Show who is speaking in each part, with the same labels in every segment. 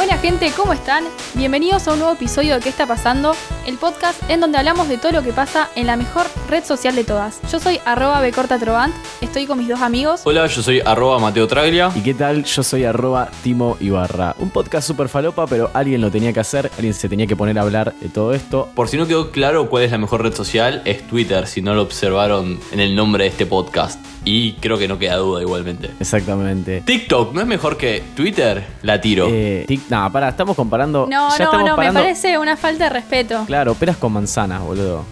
Speaker 1: Hola gente, ¿cómo están? Bienvenidos a un nuevo episodio de ¿Qué está pasando? El podcast en donde hablamos de todo lo que pasa en la mejor red social de todas. Yo soy arroba becortatrovant, estoy con mis dos amigos.
Speaker 2: Hola, yo soy arroba Mateo Traglia.
Speaker 3: ¿Y qué tal? Yo soy arroba Timo Ibarra. Un podcast super falopa, pero alguien lo tenía que hacer, alguien se tenía que poner a hablar de todo esto.
Speaker 2: Por si no quedó claro cuál es la mejor red social, es Twitter, si no lo observaron en el nombre de este podcast. Y creo que no queda duda igualmente.
Speaker 3: Exactamente.
Speaker 2: TikTok, ¿no es mejor que Twitter? La tiro.
Speaker 3: Eh, tic, nada, pará, estamos comparando.
Speaker 1: No,
Speaker 3: ya
Speaker 1: no,
Speaker 3: estamos
Speaker 1: no, me
Speaker 3: parando-
Speaker 1: parece una falta de respeto.
Speaker 3: Claro, peras con manzanas, boludo.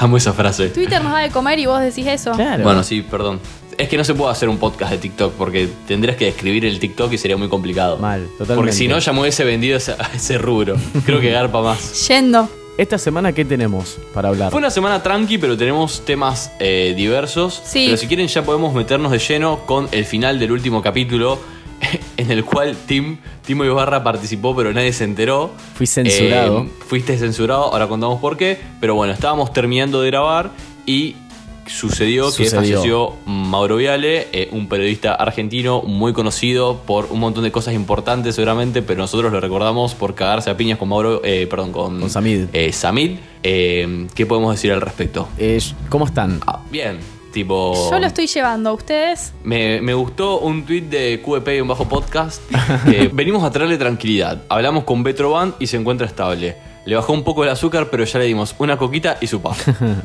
Speaker 2: Amo esa frase.
Speaker 1: Twitter nos da de comer y vos decís eso.
Speaker 3: Claro.
Speaker 2: Bueno, sí, perdón. Es que no se puede hacer un podcast de TikTok porque tendrías que describir el TikTok y sería muy complicado.
Speaker 3: Mal, totalmente.
Speaker 2: Porque si no, ya me hubiese vendido ese, a ese rubro. Creo que garpa más.
Speaker 1: Yendo.
Speaker 3: Esta semana, ¿qué tenemos para hablar?
Speaker 2: Fue una semana tranqui, pero tenemos temas eh, diversos.
Speaker 1: Sí.
Speaker 2: Pero si quieren ya podemos meternos de lleno con el final del último capítulo, en el cual Tim, Timo Ibarra participó, pero nadie se enteró.
Speaker 3: Fui censurado.
Speaker 2: Eh, fuiste censurado, ahora contamos por qué. Pero bueno, estábamos terminando de grabar y sucedió, que
Speaker 3: Sucedió.
Speaker 2: falleció Mauro Viale, eh, un periodista argentino muy conocido por un montón de cosas importantes seguramente, pero nosotros lo recordamos por cagarse a piñas con Mauro, eh, perdón, con,
Speaker 3: Con Samid.
Speaker 2: eh, Samid. Eh, ¿Qué podemos decir al respecto?
Speaker 3: Eh, ¿Cómo están?
Speaker 2: Ah, bien, tipo...
Speaker 3: Oh.
Speaker 1: Yo lo estoy llevando, ¿ustedes?
Speaker 2: Me, me gustó un tweet de QEP y un bajo podcast. que venimos a traerle tranquilidad. Hablamos con Betroban y se encuentra estable. Le bajó un poco el azúcar, pero ya le dimos una coquita y su pan.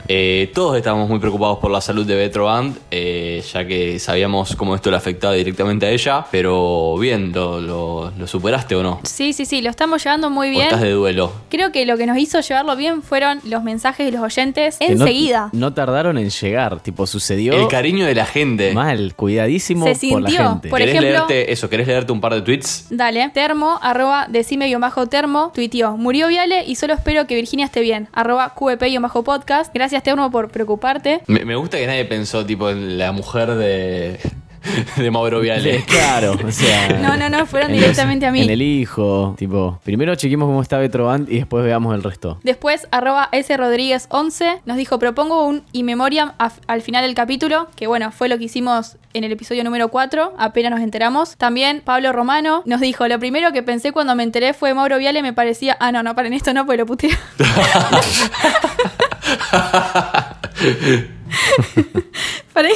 Speaker 2: Eh, todos estábamos muy preocupados por la salud de Betroban, eh, ya que sabíamos cómo esto le afectaba directamente a ella. Pero bien, ¿lo, lo- lo superaste o no?
Speaker 1: Sí, sí, sí, lo estamos llevando muy
Speaker 2: ¿O
Speaker 1: bien.
Speaker 2: estás de duelo?
Speaker 1: Creo que lo que nos hizo llevarlo bien fueron los mensajes de los oyentes
Speaker 3: Que no-
Speaker 1: enseguida.
Speaker 3: No, tardaron en llegar, tipo, sucedió.
Speaker 2: El cariño de la gente.
Speaker 3: Mal, cuidadísimo
Speaker 1: Se
Speaker 3: por la
Speaker 1: sintió,
Speaker 3: gente.
Speaker 1: por-
Speaker 2: ¿Querés
Speaker 1: ejemplo-
Speaker 2: leerte eso? ¿Querés leerte un par de tweets?
Speaker 1: Dale, termo, arroba, decime guión bajo termo, tuiteó, murió Viale y solo espero que Virginia esté bien, arroba, qp guión bajo podcast, gracias termo por preocuparte.
Speaker 2: Me, me gusta que nadie pensó, tipo, en la mujer de, de Mauro Viale.
Speaker 3: Claro, o sea.
Speaker 1: No, no, no, fueron
Speaker 3: en los-
Speaker 1: directamente a mí.
Speaker 3: En el hijo. Tipo, primero chequemos cómo está Betroband y después veamos el resto.
Speaker 1: Después, arroba srodríguez 11 nos dijo, propongo un in memoriam af- al final del capítulo, que bueno, fue lo que hicimos en el episodio número 4, apenas nos enteramos. También Pablo Romano nos dijo, lo primero que pensé cuando me enteré fue Mauro Viale, me parecía, ah, no, no, paren esto, no, pues lo puteé. Para ahí.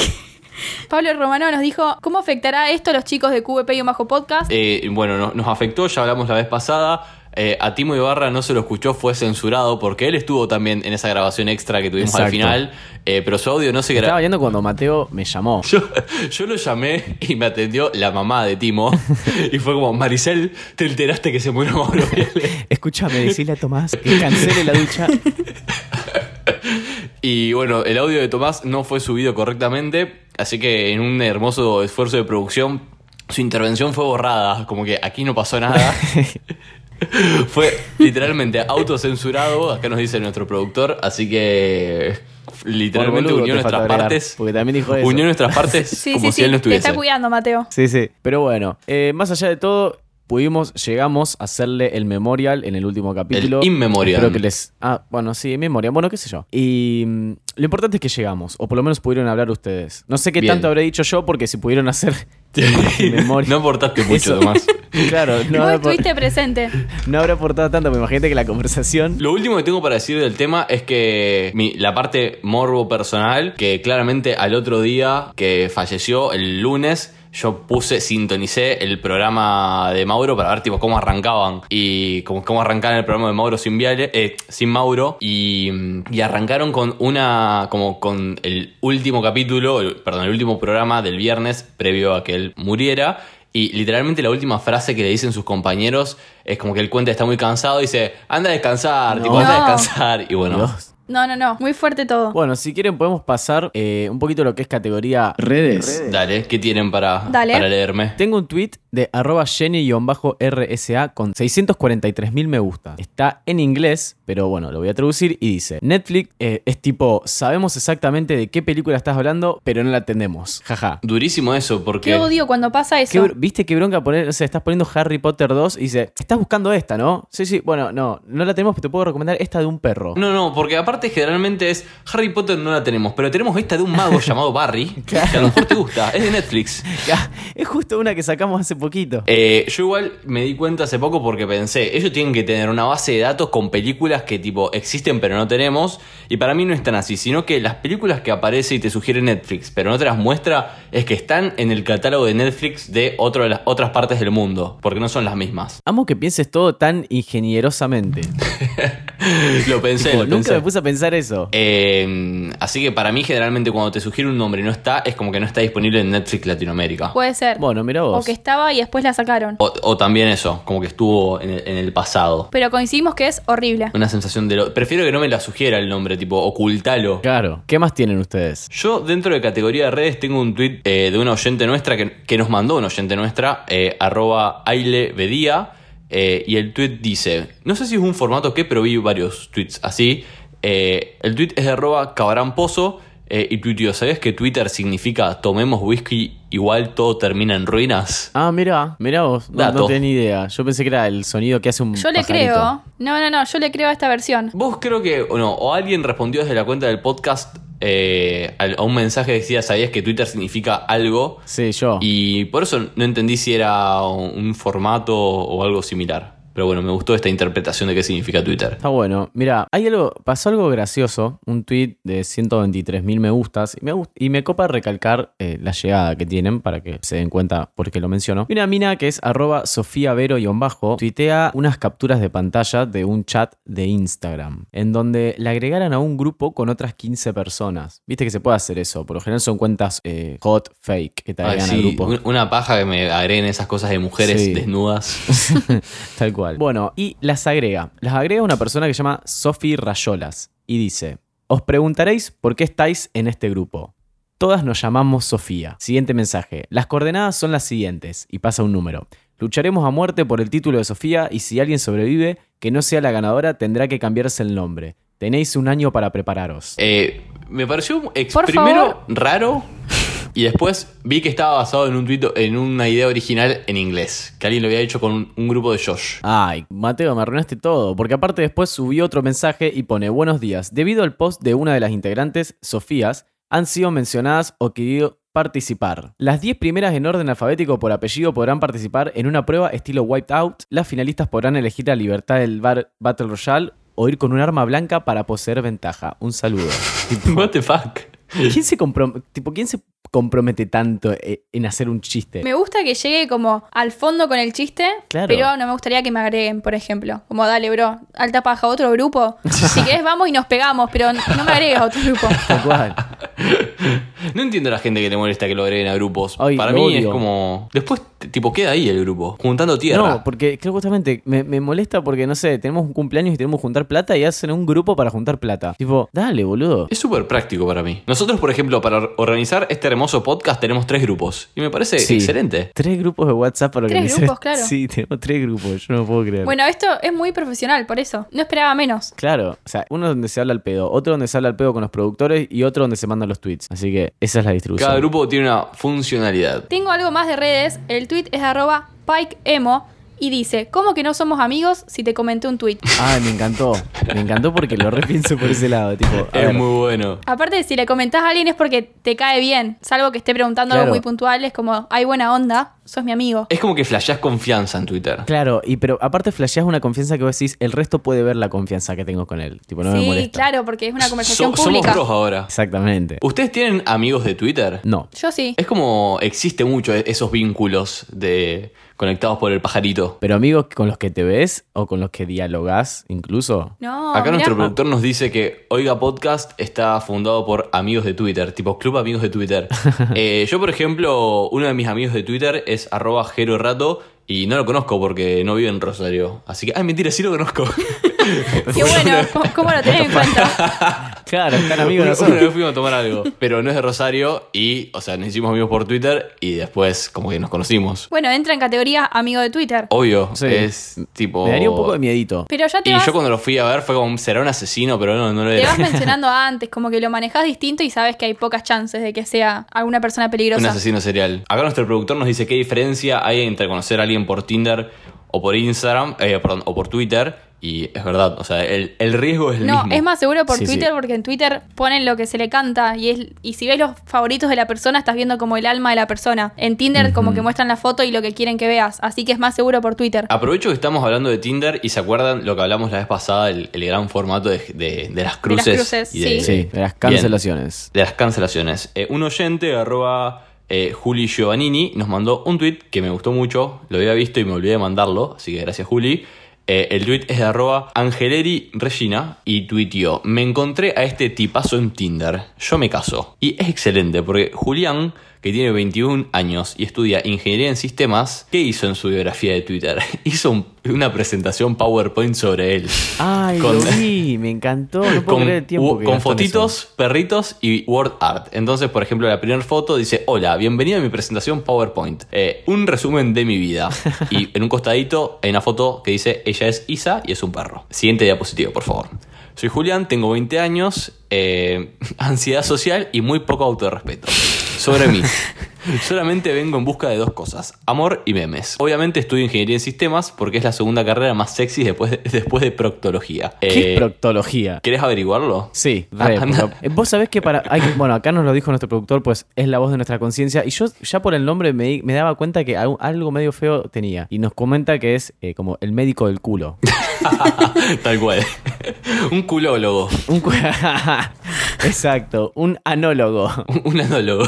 Speaker 1: Pablo Romano nos dijo, ¿cómo afectará esto a los chicos de QVP y un bajo podcast?
Speaker 2: Eh, bueno, no- nos afectó, ya hablamos la vez pasada. Eh, a Timo Ibarra no se lo escuchó, fue censurado porque él estuvo también en esa grabación extra que tuvimos al
Speaker 3: Exacto.
Speaker 2: final, eh, pero su audio no se
Speaker 3: Estaba
Speaker 2: grabó.
Speaker 3: viendo cuando Mateo me llamó.
Speaker 2: Yo, yo lo llamé y me atendió la mamá de Timo y fue como, Maricel, ¿te enteraste que se murió Mauro Viale?
Speaker 3: Escúchame, decirle a Tomás que cancele la ducha.
Speaker 2: Y bueno, el audio de Tomás no fue subido correctamente, así que en un hermoso esfuerzo de producción, su intervención fue borrada, como que aquí no pasó nada. fue literalmente autocensurado, acá nos dice nuestro productor, así que literalmente
Speaker 3: boludo
Speaker 2: unió
Speaker 3: te falta
Speaker 2: nuestras
Speaker 3: agregar,
Speaker 2: partes.
Speaker 3: porque también dijo eso.
Speaker 2: Unió nuestras partes
Speaker 1: Sí,
Speaker 2: como
Speaker 1: sí,
Speaker 2: si
Speaker 1: sí,
Speaker 2: él no
Speaker 1: te
Speaker 2: estuviese.
Speaker 1: está cuidando, Mateo.
Speaker 3: Sí, sí. Pero bueno, eh, más allá de todo, pudimos, llegamos a hacerle el memorial en el último capítulo.
Speaker 2: in memoriam.
Speaker 3: Espero que les. Ah, bueno, sí, memorial. Bueno, qué sé yo. Y mm, lo importante es que llegamos, o por lo menos pudieron hablar ustedes. No sé qué
Speaker 2: Bien.
Speaker 3: tanto habré dicho yo, porque si pudieron hacer el memorial.
Speaker 2: no aportaste mucho,
Speaker 3: Eso.
Speaker 2: Tomás.
Speaker 3: Claro,
Speaker 1: Vos
Speaker 3: no, habrá por-
Speaker 1: estuviste presente.
Speaker 3: no habrá aportado tanto, me imagínate que la conversación.
Speaker 2: Lo último que tengo para decir del tema es que mi- la parte morbo personal, que claramente al otro día que falleció, el lunes, yo puse, sintonicé el programa de Mauro para ver tipo cómo arrancaban y cómo, cómo arrancaban el programa de Mauro sin Viale, eh, sin Mauro y, mm, y arrancaron con una como con el último capítulo, el- perdón, el último programa del viernes previo a que él muriera y literalmente la última frase que le dicen sus compañeros es como que él cuenta está muy cansado y dice, anda a descansar,
Speaker 3: No.
Speaker 2: tipo, anda a
Speaker 1: No.
Speaker 2: descansar. Y bueno,
Speaker 3: Dios.
Speaker 1: No, no, no, muy fuerte todo.
Speaker 3: Bueno, si quieren podemos pasar eh, un poquito lo que es categoría
Speaker 4: Redes.
Speaker 2: dale, ¿qué tienen para,
Speaker 1: Dale.
Speaker 2: para leerme?
Speaker 3: Tengo un tweet de arroba jenny-rsa con 643.000 me gusta. Está en inglés, pero bueno, lo voy a traducir y dice, Netflix eh, es tipo, sabemos exactamente de qué película estás hablando, pero no la atendemos. Jaja.
Speaker 2: Durísimo eso, porque.
Speaker 1: Qué odio cuando pasa eso.
Speaker 3: Qué br- ¿Viste qué bronca poner? O sea, estás poniendo Harry Potter 2 y dice, estás buscando esta, ¿no? Sí, sí, bueno, no, no la tenemos, pero te puedo recomendar esta de un perro.
Speaker 2: No, no, porque aparte generalmente es Harry Potter no la tenemos, pero tenemos esta de un mago llamado Barry, que a lo mejor te gusta, es de Netflix.
Speaker 3: Ah, Es justo una que sacamos hace poquito.
Speaker 2: Eh, yo igual me di cuenta hace poco porque pensé, ellos tienen que tener una base de datos con películas que tipo existen pero no tenemos, y para mí no están así, sino que las películas que aparece y te sugiere Netflix, pero no te las muestra, es que están en el catálogo de Netflix de, otro de las, otras partes del mundo, porque no son las mismas.
Speaker 3: Amo que pienses todo tan ingenierosamente.
Speaker 2: Lo pensé,
Speaker 3: Tipo,
Speaker 2: lo
Speaker 3: nunca
Speaker 2: pensé.
Speaker 3: me puse a pensar eso.
Speaker 2: Eh, así que para mí generalmente cuando te sugiere un nombre y no está, es como que no está disponible en Netflix Latinoamérica.
Speaker 1: Puede ser.
Speaker 3: Bueno, mira
Speaker 1: o
Speaker 3: vos.
Speaker 1: que estaba y después la sacaron.
Speaker 2: O, o también eso, como que estuvo en el, en el pasado.
Speaker 1: Pero coincidimos que es horrible.
Speaker 2: Una sensación de lo... Prefiero que no me la sugiera el nombre, tipo, ocultalo.
Speaker 3: Claro. ¿Qué más tienen ustedes?
Speaker 2: Yo dentro de categoría de redes tengo un tweet eh, de una oyente nuestra que, que nos mandó una oyente nuestra, eh, arroba Aile Bedía, eh, y el tweet dice, no sé si es un formato que, pero vi varios tweets así. Eh, el tweet es de arroba cabarampozo eh, y tuiteó, ¿sabes que Twitter significa tomemos whisky igual todo termina en ruinas?
Speaker 3: Ah, mira, mira vos. No,
Speaker 2: Dato.
Speaker 3: no tenía ni idea. Yo pensé que era el sonido que hace un.
Speaker 1: Yo le
Speaker 3: pajarito.
Speaker 1: creo. No, no, no, yo le creo a esta versión.
Speaker 2: Vos creo que, o no, o alguien respondió desde la cuenta del podcast eh, al- a un mensaje que decía, ¿sabías que Twitter significa algo?
Speaker 3: Sí, yo.
Speaker 2: Y por eso no entendí si era un formato o algo similar. Pero bueno, me gustó esta interpretación de qué significa Twitter.
Speaker 3: Está bueno. Mira, hay algo, pasó algo gracioso, un tweet de 123.000 me gustas y me, gust- y me copa recalcar eh, la llegada que tienen para que se den cuenta por qué lo menciono. Y una mina que es arroba Sofía Vero y bajo tuitea unas capturas de pantalla de un chat de Instagram en donde la agregaran a un grupo con otras 15 personas. Viste que se puede hacer eso, por lo general son cuentas eh, hot fake que te
Speaker 2: Ay,
Speaker 3: agregan
Speaker 2: sí,
Speaker 3: al grupo.
Speaker 2: un- una paja que me agreguen esas cosas de mujeres
Speaker 3: Sí.
Speaker 2: desnudas.
Speaker 3: Tal cual. Bueno, y las agrega. Las agrega una persona que se llama Sophie Rayolas y dice: Os preguntaréis por qué estáis en este grupo. Todas nos llamamos Sofía. Siguiente mensaje. Las coordenadas son las siguientes y pasa un número. Lucharemos a muerte por el título de Sofía y si alguien sobrevive, que no sea la ganadora, tendrá que cambiarse el nombre. Tenéis un año para prepararos.
Speaker 2: Eh, me pareció un ex-
Speaker 1: Por
Speaker 2: primero raro y después vi que estaba basado en un tuit, en una idea original en inglés, que alguien lo había hecho con un, un grupo de Josh.
Speaker 3: Ay, Mateo, me arruinaste todo, porque aparte después subí otro mensaje y pone buenos días. Debido al post de una de las integrantes, Sofías, han sido mencionadas o querido participar. Las 10 primeras en orden alfabético por apellido podrán participar en una prueba estilo Wiped Out. Las finalistas podrán elegir la libertad del bar Battle Royale o ir con un arma blanca para poseer ventaja. Un saludo. Tipo,
Speaker 2: What the fuck?
Speaker 3: ¿quién, se comprom- tipo, ¿Quién se compromete tanto eh, en hacer un chiste?
Speaker 1: Me gusta que llegue como al fondo con el chiste,
Speaker 3: Claro.
Speaker 1: pero no me gustaría que me agreguen, por ejemplo. Como, dale, bro, alta paja, otro grupo. Si querés, vamos y nos pegamos, pero no me agregues a otro grupo.
Speaker 3: Tal cual.
Speaker 2: No entiendo a la gente que le molesta que lo agreguen a grupos.
Speaker 3: Ay,
Speaker 2: Para
Speaker 3: lo
Speaker 2: mí es
Speaker 3: odio.
Speaker 2: como. Después, t- tipo, queda ahí el grupo, juntando tierra.
Speaker 3: No, porque creo justamente me, me molesta porque, no sé, tenemos un cumpleaños y tenemos que juntar plata y hacen un grupo para juntar plata. Tipo, dale, boludo.
Speaker 2: Es súper práctico para mí. Nosotros, por ejemplo, para or- organizar este hermoso podcast tenemos tres grupos. Y me parece
Speaker 3: Sí.
Speaker 2: excelente.
Speaker 3: Tres grupos de WhatsApp para
Speaker 1: Tres
Speaker 3: organizar-
Speaker 1: grupos, claro.
Speaker 3: Sí, tenemos tres grupos, yo no puedo creer.
Speaker 1: Bueno, esto es muy profesional, por eso. No esperaba menos.
Speaker 3: Claro, o sea, uno donde se habla al pedo, otro donde se habla al pedo con los productores y otro donde se mandan los tweets. Así que esa es la distribución.
Speaker 2: Cada grupo tiene una funcionalidad.
Speaker 1: Tengo algo más de redes. El tweet es arroba PikeEmo y dice, ¿cómo que no somos amigos si te comenté un tweet?
Speaker 3: Ay, Ah, me encantó. Me encantó porque lo repienso por ese lado. Tipo, a
Speaker 2: es
Speaker 3: ver,
Speaker 2: muy bueno.
Speaker 1: Aparte, si le comentás a alguien es porque te cae bien, salvo que esté preguntando
Speaker 3: Claro.
Speaker 1: algo muy puntual, es como, hay buena onda, sos mi amigo.
Speaker 2: Es como que flasheás confianza en Twitter.
Speaker 3: Claro, y pero aparte flasheás una confianza que vos decís, el resto puede ver la confianza que tengo con él. Tipo, no me
Speaker 1: sí,
Speaker 3: molesta.
Speaker 1: claro, porque es una conversación
Speaker 2: So-
Speaker 1: pública.
Speaker 2: somos dos ahora.
Speaker 3: Exactamente.
Speaker 2: ¿Ustedes tienen amigos de Twitter?
Speaker 3: No.
Speaker 1: Yo sí.
Speaker 2: Es como existe mucho e- esos vínculos de conectados por el pajarito.
Speaker 3: Pero amigos con los que te ves o con los que dialogás incluso.
Speaker 1: No,
Speaker 2: Acá
Speaker 1: mirá.
Speaker 2: nuestro productor nos dice que Oiga Podcast está fundado por amigos de Twitter, tipo Club Amigos de Twitter. Eh, yo, por ejemplo, uno de mis amigos de Twitter es arroba Jero Rato y no lo conozco porque no vive en Rosario. Así que, ay, mentira, sí lo conozco.
Speaker 1: Qué bueno, ¿cómo- ¿cómo lo tenés en cuenta?
Speaker 3: Claro, están amigos
Speaker 2: Una-
Speaker 3: nosotros.
Speaker 2: una vez fuimos a tomar algo, pero no es de Rosario y, o sea, nos hicimos amigos por Twitter y después como que nos conocimos.
Speaker 1: Bueno, entra en categoría amigo de Twitter.
Speaker 2: Obvio,
Speaker 3: Sí.
Speaker 2: es tipo...
Speaker 3: Me daría un poco de miedito.
Speaker 1: Pero ya te
Speaker 2: Oh, Y
Speaker 1: vas,
Speaker 2: yo cuando lo fui a ver fue como, será un asesino, pero no, no lo
Speaker 1: te
Speaker 2: era.
Speaker 1: vas mencionando antes, como que lo manejás distinto y sabes que hay pocas chances de que sea alguna persona
Speaker 2: Un
Speaker 1: peligrosa.
Speaker 2: asesino serial. Acá nuestro productor nos dice qué diferencia hay entre conocer a alguien por Tinder o por Instagram, eh, perdón, o por Twitter. Y es verdad, o sea, el, el riesgo es el
Speaker 1: No,
Speaker 2: mismo.
Speaker 1: es más seguro por
Speaker 3: Sí, sí.
Speaker 1: Twitter porque en Twitter ponen lo que se le canta y es y si ves los favoritos de la persona estás viendo como el alma de la persona. En Tinder como que muestran la foto y lo que quieren que veas, así que es más seguro por
Speaker 3: Ah,
Speaker 1: Twitter.
Speaker 2: Aprovecho que estamos hablando de Tinder y se acuerdan lo que hablamos la vez pasada, el, el gran formato de, de- de las cruces.
Speaker 1: cruces,
Speaker 2: y de-
Speaker 3: Sí, de las
Speaker 2: Bien.
Speaker 3: cancelaciones.
Speaker 2: de las cancelaciones. Eh, un oyente, arroba eh, Juli Giovannini, nos mandó un tweet que me gustó mucho, lo había visto y me olvidé de mandarlo, así que gracias Juli. Eh, el tweet es de arroba Angeleri Regina y tuiteó, me encontré a este tipazo en Tinder, yo me caso. Y es excelente porque Julián, que tiene 21 años y estudia ingeniería en sistemas, ¿qué hizo en su biografía de Twitter? hizo un- una presentación PowerPoint sobre él.
Speaker 3: Ay,
Speaker 2: Con-
Speaker 3: lo vi, me encantó. No puedo
Speaker 2: con,
Speaker 3: creer el tiempo
Speaker 2: u-
Speaker 3: que
Speaker 2: con
Speaker 3: gastó en
Speaker 2: fotitos,
Speaker 3: eso.
Speaker 2: perritos y word art. Entonces, por ejemplo, la primera foto dice, hola, bienvenido a mi presentación PowerPoint. Eh, un resumen de mi vida. y en un costadito hay una foto que dice, ella es Isa y es un perro. Siguiente diapositiva, por favor. Soy Julián, tengo 20 años, eh, ansiedad social y muy poco autorrespeto. Sobre mí. Solamente vengo en busca de dos cosas, amor y memes. Obviamente estudio ingeniería en sistemas porque es la segunda carrera más sexy después de, después de proctología.
Speaker 3: ¿Qué
Speaker 2: Eh,
Speaker 3: es proctología?
Speaker 2: ¿Querés averiguarlo?
Speaker 3: Sí,
Speaker 2: Ah,
Speaker 3: re,
Speaker 2: anda.
Speaker 3: porque- eh, vos sabés que para... hay que- bueno, acá nos lo dijo nuestro productor, pues es la voz de nuestra conciencia. Y yo ya por el nombre me, di- me daba cuenta que algo, algo medio feo tenía. Y nos comenta que es eh, como el médico del culo.
Speaker 2: Tal cual. Un culólogo.
Speaker 3: Un cu- Exacto, un anólogo.
Speaker 2: Un anólogo.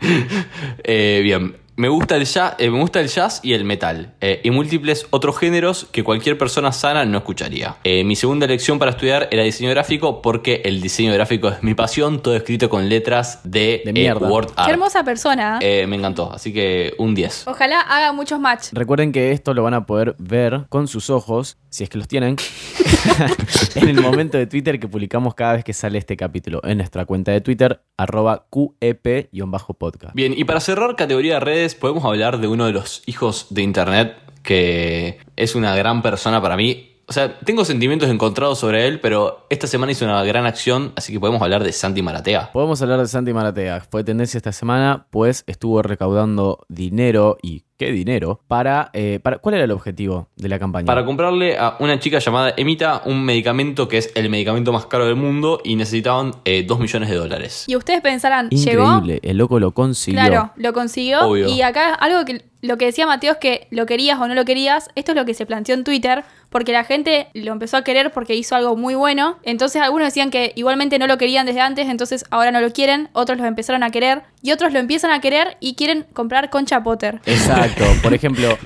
Speaker 2: Eh, bien. Me gusta, el jazz, me gusta el jazz y el metal, eh, y múltiples otros géneros que cualquier persona sana no escucharía. Eh, mi segunda elección para estudiar era diseño gráfico porque el diseño gráfico es mi pasión, todo escrito con letras de,
Speaker 3: De
Speaker 2: eh,
Speaker 3: mierda.
Speaker 2: Word Art.
Speaker 1: Qué hermosa persona. ¿eh?
Speaker 2: Eh, me encantó, así que un 10.
Speaker 1: Ojalá haga muchos match.
Speaker 3: Recuerden que esto lo van a poder ver con sus ojos, si es que los tienen, en el momento de Twitter que publicamos cada vez que sale este capítulo, en nuestra cuenta de Twitter, arroba E QEP-podcast.
Speaker 2: Bien, y para cerrar categoría de redes, podemos hablar de uno de los hijos de Internet que es una gran persona para mí. O sea, tengo sentimientos encontrados sobre él, pero esta semana hizo una gran acción, así que podemos hablar de Santi Maratea.
Speaker 3: Podemos hablar de Santi Maratea. Fue tendencia esta semana, pues estuvo recaudando dinero, y qué dinero, para... eh, para ¿Cuál era el objetivo de la campaña?
Speaker 2: Para comprarle a una chica llamada Emita un medicamento que es el medicamento más caro del mundo y necesitaban 2 millones de dólares.
Speaker 1: Y ustedes pensarán, ¿llegó?
Speaker 3: Increíble, el loco lo consiguió.
Speaker 1: Claro, lo consiguió.
Speaker 2: Obvio.
Speaker 1: Y acá algo que lo que decía Mateo es que lo querías o no lo querías, esto es lo que se planteó en Twitter, porque la gente lo empezó a querer porque hizo algo muy bueno. Entonces algunos decían que igualmente no lo querían desde antes, entonces ahora no lo quieren, otros los empezaron a querer y otros lo empiezan a querer y quieren comprar Concha Potter.
Speaker 3: Exacto. Por ejemplo,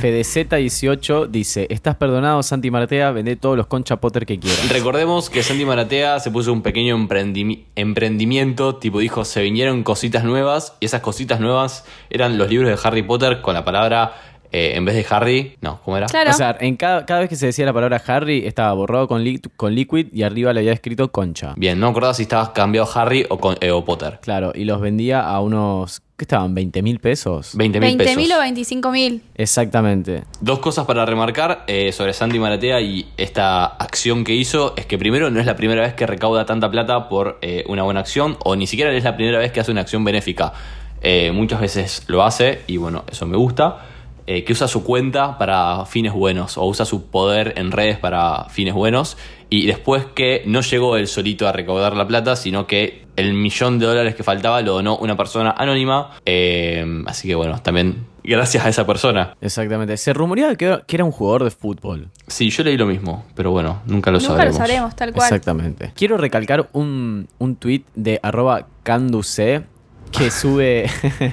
Speaker 3: Fe- FedeZ18 dice: Estás perdonado, Santi Maratea, vende todos los concha Potter que quieras.
Speaker 2: Recordemos que Santi Maratea se puso un pequeño emprendimi- emprendimiento, tipo dijo, se vinieron cositas nuevas, y esas cositas nuevas eran los libros de Harry Potter con la palabra, eh, en vez de Harry, no, ¿cómo era?
Speaker 1: Claro.
Speaker 3: O sea, en cada, cada vez que se decía la palabra Harry, estaba borrado con, li- con liquid y arriba le había escrito concha.
Speaker 2: Bien, no me acordaba si estabas cambiado Harry o, con, eh, o Potter.
Speaker 3: Claro, y los vendía a unos. ¿Qué estaban? ¿20 mil pesos?
Speaker 2: 20 mil
Speaker 1: 20 mil
Speaker 2: pesos.
Speaker 1: o 25 mil.
Speaker 3: Exactamente.
Speaker 2: Dos cosas para remarcar eh, sobre Santi Maratea y esta acción que hizo es que primero no es la primera vez que recauda tanta plata por eh, una buena acción o ni siquiera es la primera vez que hace una acción benéfica. Eh, muchas veces lo hace y bueno, eso me gusta. eh, que usa su cuenta para fines buenos o usa su poder en redes para fines buenos y después que no llegó él solito a recaudar la plata sino que el millón de dólares que faltaba lo donó una persona anónima eh, así que bueno también gracias a esa persona
Speaker 3: Exactamente. Se rumoreaba que era, que era un jugador de fútbol.
Speaker 2: Sí, yo leí lo mismo, pero bueno, nunca lo
Speaker 1: Nunca
Speaker 2: sabremos.
Speaker 1: lo sabremos, tal cual.
Speaker 3: Exactamente. Quiero recalcar un, un tweet de arroba canduce que sube. eh,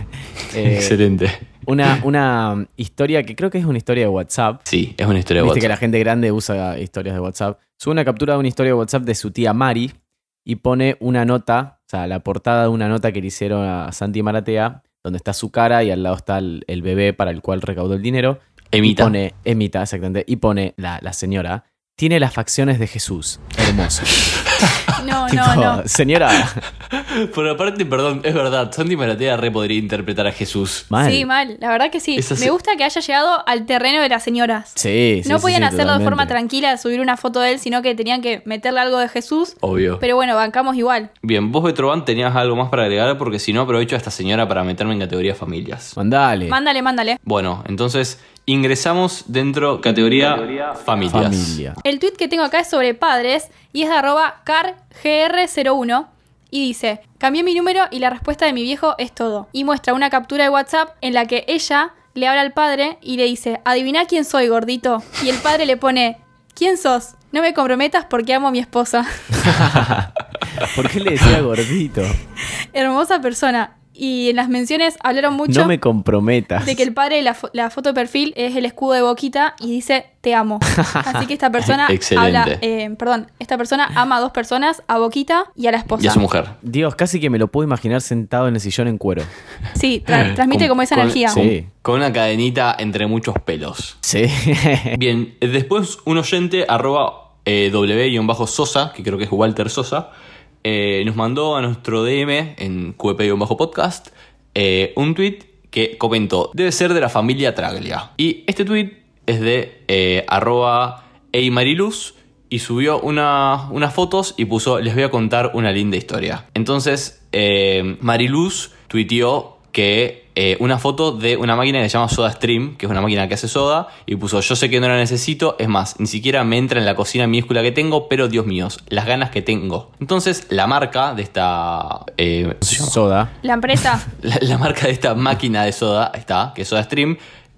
Speaker 2: Excelente.
Speaker 3: una, una historia que creo que es una historia de WhatsApp.
Speaker 2: Sí, es una historia de
Speaker 3: Viste que
Speaker 2: WhatsApp.
Speaker 3: la gente grande usa historias de WhatsApp. Sube una captura de una historia de WhatsApp de su tía Mari y pone una nota, o sea, la portada de una nota que le hicieron a Santi Maratea, donde está su cara y al lado está el, el bebé para el cual recaudó el dinero. Y
Speaker 2: Emita.
Speaker 3: pone, Emita, exactamente. Y pone la, la señora. tiene las facciones de Jesús. Hermoso.
Speaker 1: No,
Speaker 3: Tipo,
Speaker 1: Oh, no, no.
Speaker 3: Señora,
Speaker 2: Pero aparte, perdón, es verdad, Santi Maratea re podría interpretar a Jesús.
Speaker 3: mal.
Speaker 1: Sí, mal. La verdad que sí.
Speaker 2: Esa se-
Speaker 1: Me gusta que haya llegado al terreno de las señoras.
Speaker 3: Sí, sí,
Speaker 1: no
Speaker 3: sí,
Speaker 1: podían
Speaker 3: sí,
Speaker 1: hacerlo de forma
Speaker 3: totalmente.
Speaker 1: tranquila, de subir una foto de él, sino que tenían que meterle algo de Jesús.
Speaker 3: Oh.
Speaker 2: Obvio.
Speaker 1: Pero bueno, bancamos igual.
Speaker 2: Bien, vos, Betroban, tenías algo más para agregar porque si no aprovecho a esta señora para meterme en categoría familias.
Speaker 3: Mandale.
Speaker 1: Mándale, mándale.
Speaker 2: Bueno, entonces ingresamos dentro categoría, familias.
Speaker 3: Familia.
Speaker 1: El tweet que tengo acá es sobre padres y es de arroba cargr01 y dice, cambié mi número y la respuesta de mi viejo es todo. Y muestra una captura de WhatsApp en la que ella le habla al padre y le dice, adivina quién soy, gordito. Y el padre le pone, ¿quién sos? No me comprometas porque amo a mi esposa.
Speaker 3: ¿Por qué le decía gordito?
Speaker 1: Hermosa persona. Y en las menciones hablaron mucho
Speaker 3: No me comprometas.
Speaker 1: de que el padre, la, fo- la foto de perfil es el escudo de Boquita y dice te amo. Así que esta persona
Speaker 2: Excelente.
Speaker 1: habla, eh, perdón, esta persona ama a dos personas, a Boquita y a la esposa.
Speaker 2: Y a su mujer.
Speaker 3: Dios, casi que me lo puedo imaginar sentado en el sillón en cuero.
Speaker 1: Sí, tra- transmite
Speaker 2: Con-
Speaker 1: como esa
Speaker 2: con-
Speaker 1: energía.
Speaker 2: con-
Speaker 3: Sí.
Speaker 2: Con una cadenita entre muchos pelos.
Speaker 3: Sí.
Speaker 2: Bien, después un oyente, arroba eh, w-sosa, que creo que es Walter Sosa, eh, nos mandó a nuestro DM en qp-podcast eh, un tweet que comentó, debe ser de la familia Traglia. Y este tweet es de eh, arroba eymariluz y subió una- unas fotos y puso, les voy a contar una linda historia. Entonces, eh, Mariluz tuiteó que eh, una foto de una máquina que se llama Soda Stream, que es una máquina que hace soda, y puso yo sé que no la necesito, es más, ni siquiera me entra en la cocina minúscula que tengo, pero Dios míos, las ganas que tengo. Entonces, la marca de esta... eh, ¿cómo se llama?
Speaker 3: Soda.
Speaker 1: La empresa,
Speaker 2: la, la marca de esta máquina de soda, ahí está, que es Soda Stream,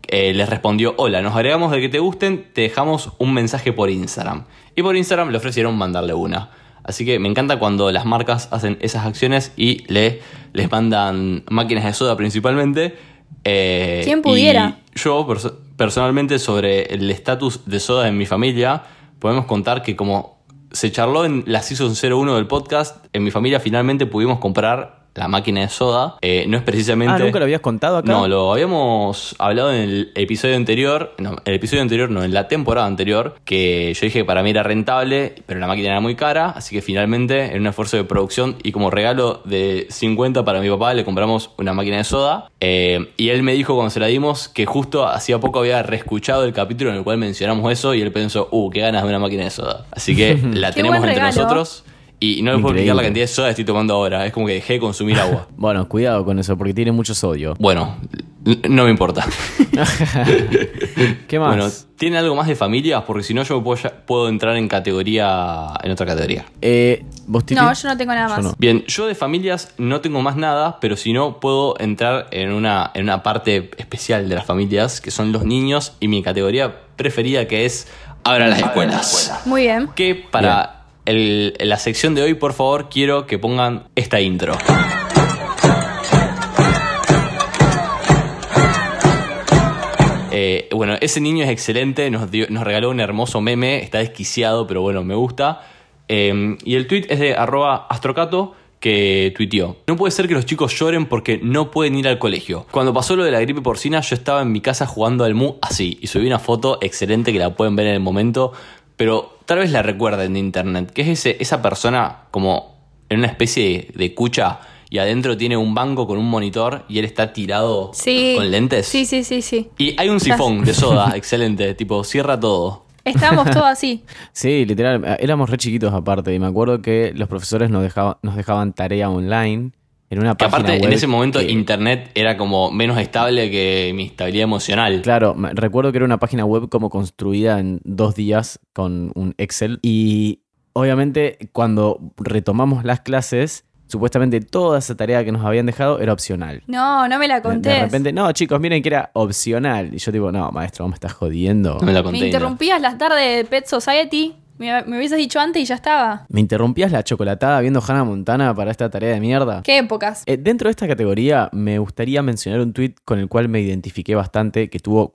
Speaker 2: eh, les respondió: Hola, nos agregamos de que te gusten, te dejamos un mensaje por Instagram. Y por Instagram le ofrecieron mandarle una. Así que me encanta cuando las marcas hacen esas acciones y le, les mandan máquinas de soda principalmente. eh,
Speaker 1: ¿Quién pudiera?
Speaker 2: y yo, perso- personalmente, sobre el estatus de soda en mi familia, podemos contar que como se charló en la Season 01 del podcast, en mi familia finalmente pudimos comprar la máquina de soda. Eh, no es precisamente...
Speaker 3: Ah, ¿nunca lo habías contado acá?
Speaker 2: No, lo habíamos hablado en el episodio anterior, no, en el episodio anterior, no, en la temporada anterior, que yo dije que para mí era rentable, pero la máquina era muy cara, así que finalmente, en un esfuerzo de producción y como regalo de 50 para mi papá, le compramos una máquina de soda. Eh, y él me dijo cuando se la dimos que justo hacía poco había reescuchado el capítulo en el cual mencionamos eso y él pensó, uh, qué ganas de una máquina de soda. Así que la
Speaker 1: Qué
Speaker 2: tenemos
Speaker 1: buen
Speaker 2: entre
Speaker 1: regalo.
Speaker 2: nosotros. Y no les puedo explicar
Speaker 3: Increíble.
Speaker 2: la cantidad de soda que estoy tomando ahora. Es como que dejé de consumir agua.
Speaker 3: Bueno, cuidado con eso porque tiene mucho sodio.
Speaker 2: Bueno, n- no me importa.
Speaker 3: ¿Qué más?
Speaker 2: Bueno, ¿tiene algo más de familias? Porque si no, yo puedo, ya- puedo entrar en categoría. en otra categoría.
Speaker 3: Eh, ¿Vos Titi?
Speaker 1: No, yo no tengo nada más.
Speaker 3: no.
Speaker 2: Bien, yo de familias no tengo más nada, pero si no, puedo entrar en una, en una parte especial de las familias, que son los niños, y mi categoría preferida que es Abran las escuelas.
Speaker 1: muy bien.
Speaker 2: Que para el- la sección de hoy, por favor, quiero que pongan esta intro. Eh, bueno, ese niño es excelente, nos, dio- nos regaló un hermoso meme, está desquiciado, pero bueno, me gusta. Eh, y el tweet es de arroba astrocato que tuiteó. No puede ser que los chicos lloren porque no pueden ir al colegio. Cuando pasó lo de la gripe porcina, yo estaba en mi casa jugando al Mu así, y subí una foto excelente que la pueden ver en el momento, pero tal vez la recuerden de internet, que es ese, esa persona como en una especie de, de cucha y adentro tiene un banco con un monitor y él está tirado
Speaker 1: Sí.
Speaker 2: con lentes.
Speaker 1: Sí, sí, sí, sí.
Speaker 2: Y hay un sifón de soda, excelente, tipo, cierra todo.
Speaker 1: Estábamos todos así.
Speaker 3: Sí, literal, eh, éramos re chiquitos aparte y me acuerdo que los profesores nos dejaban, nos dejaban tarea online en una
Speaker 2: Que
Speaker 3: página
Speaker 2: aparte, en
Speaker 3: web
Speaker 2: ese momento,
Speaker 3: que-
Speaker 2: internet era como menos estable que mi estabilidad emocional.
Speaker 3: Claro, me- recuerdo que era una página web como construida en dos días con un Excel y obviamente cuando retomamos las clases, supuestamente toda esa tarea que nos habían dejado era opcional.
Speaker 1: No, no me la
Speaker 3: De-
Speaker 1: contés.
Speaker 3: De repente, no, chicos, miren que era opcional. Y yo digo, no, maestro, vos me estás jodiendo.
Speaker 2: No me la
Speaker 1: me
Speaker 2: conté. ¿no?
Speaker 1: interrumpías las tardes de Pet Society. Me, me hubieses dicho antes y ya estaba.
Speaker 3: ¿Me interrumpías la chocolatada viendo Hannah Montana para esta tarea de mierda?
Speaker 1: Qué épocas.
Speaker 3: Eh, dentro de esta categoría, me gustaría mencionar un tweet con el cual me identifiqué bastante, que tuvo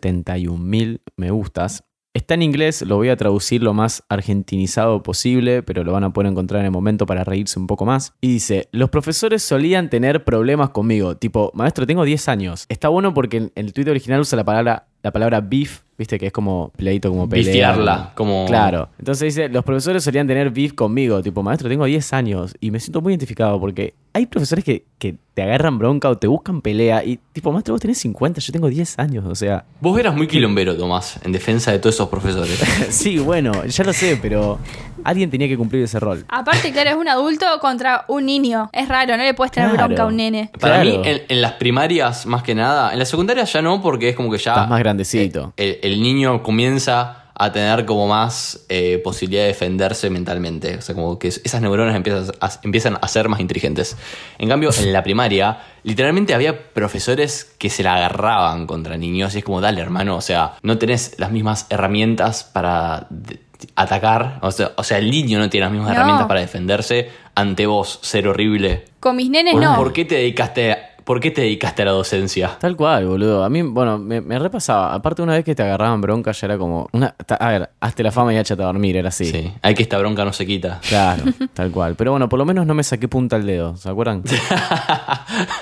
Speaker 3: 471.000 me gustas. Está en inglés, lo voy a traducir lo más argentinizado posible, pero lo van a poder encontrar en el momento para reírse un poco más. Y dice, los profesores solían tener problemas conmigo, tipo, maestro, tengo 10 años. Está bueno porque en el tweet original usa la palabra, la palabra beef, viste que es como pleito, como pelea.
Speaker 2: Bifiarla, como.
Speaker 3: Claro. Entonces dice, los profesores solían tener beef conmigo, tipo, maestro, tengo 10 años y me siento muy identificado porque hay profesores que, que te agarran bronca o te buscan pelea y, tipo, maestro, vos tenés 50, yo tengo 10 años, o sea,
Speaker 2: Vos eras muy quilombero, Tomás, en defensa de todos esos profesores.
Speaker 3: sí, bueno, ya lo sé, pero alguien tenía que cumplir ese rol.
Speaker 1: Aparte, claro, es un adulto contra un niño. Es raro, no le puedes tener
Speaker 3: Claro.
Speaker 1: bronca a un nene.
Speaker 2: Para
Speaker 3: Claro.
Speaker 2: mí, en, en las primarias, más que nada, en las secundarias ya no, porque es como que ya.
Speaker 3: Estás más grandecito.
Speaker 2: El, el niño comienza a tener como más eh, posibilidad de defenderse mentalmente. O sea, como que es- esas neuronas empiezan a, empiezan a ser más inteligentes. En cambio, en la primaria, literalmente había profesores que se la agarraban contra niños y es como, dale, hermano, o sea, no tenés las mismas herramientas para de- atacar. O sea, o sea, el niño no tiene las mismas
Speaker 1: No.
Speaker 2: herramientas para defenderse ante vos, ser horrible.
Speaker 1: Con mis nenes
Speaker 2: ¿Por,
Speaker 1: no.
Speaker 2: por qué te dedicaste, por qué te dedicaste a la docencia?
Speaker 3: Tal cual, boludo. A mí, bueno, me, me repasaba. Aparte, una vez que te agarraban bronca, ya era como. Una, ta- a ver, hazte la fama y échate a dormir, era así.
Speaker 2: Sí. Hay que esta bronca no se quita.
Speaker 3: Claro, tal cual. Pero bueno, por lo menos no me saqué punta al dedo, ¿se acuerdan?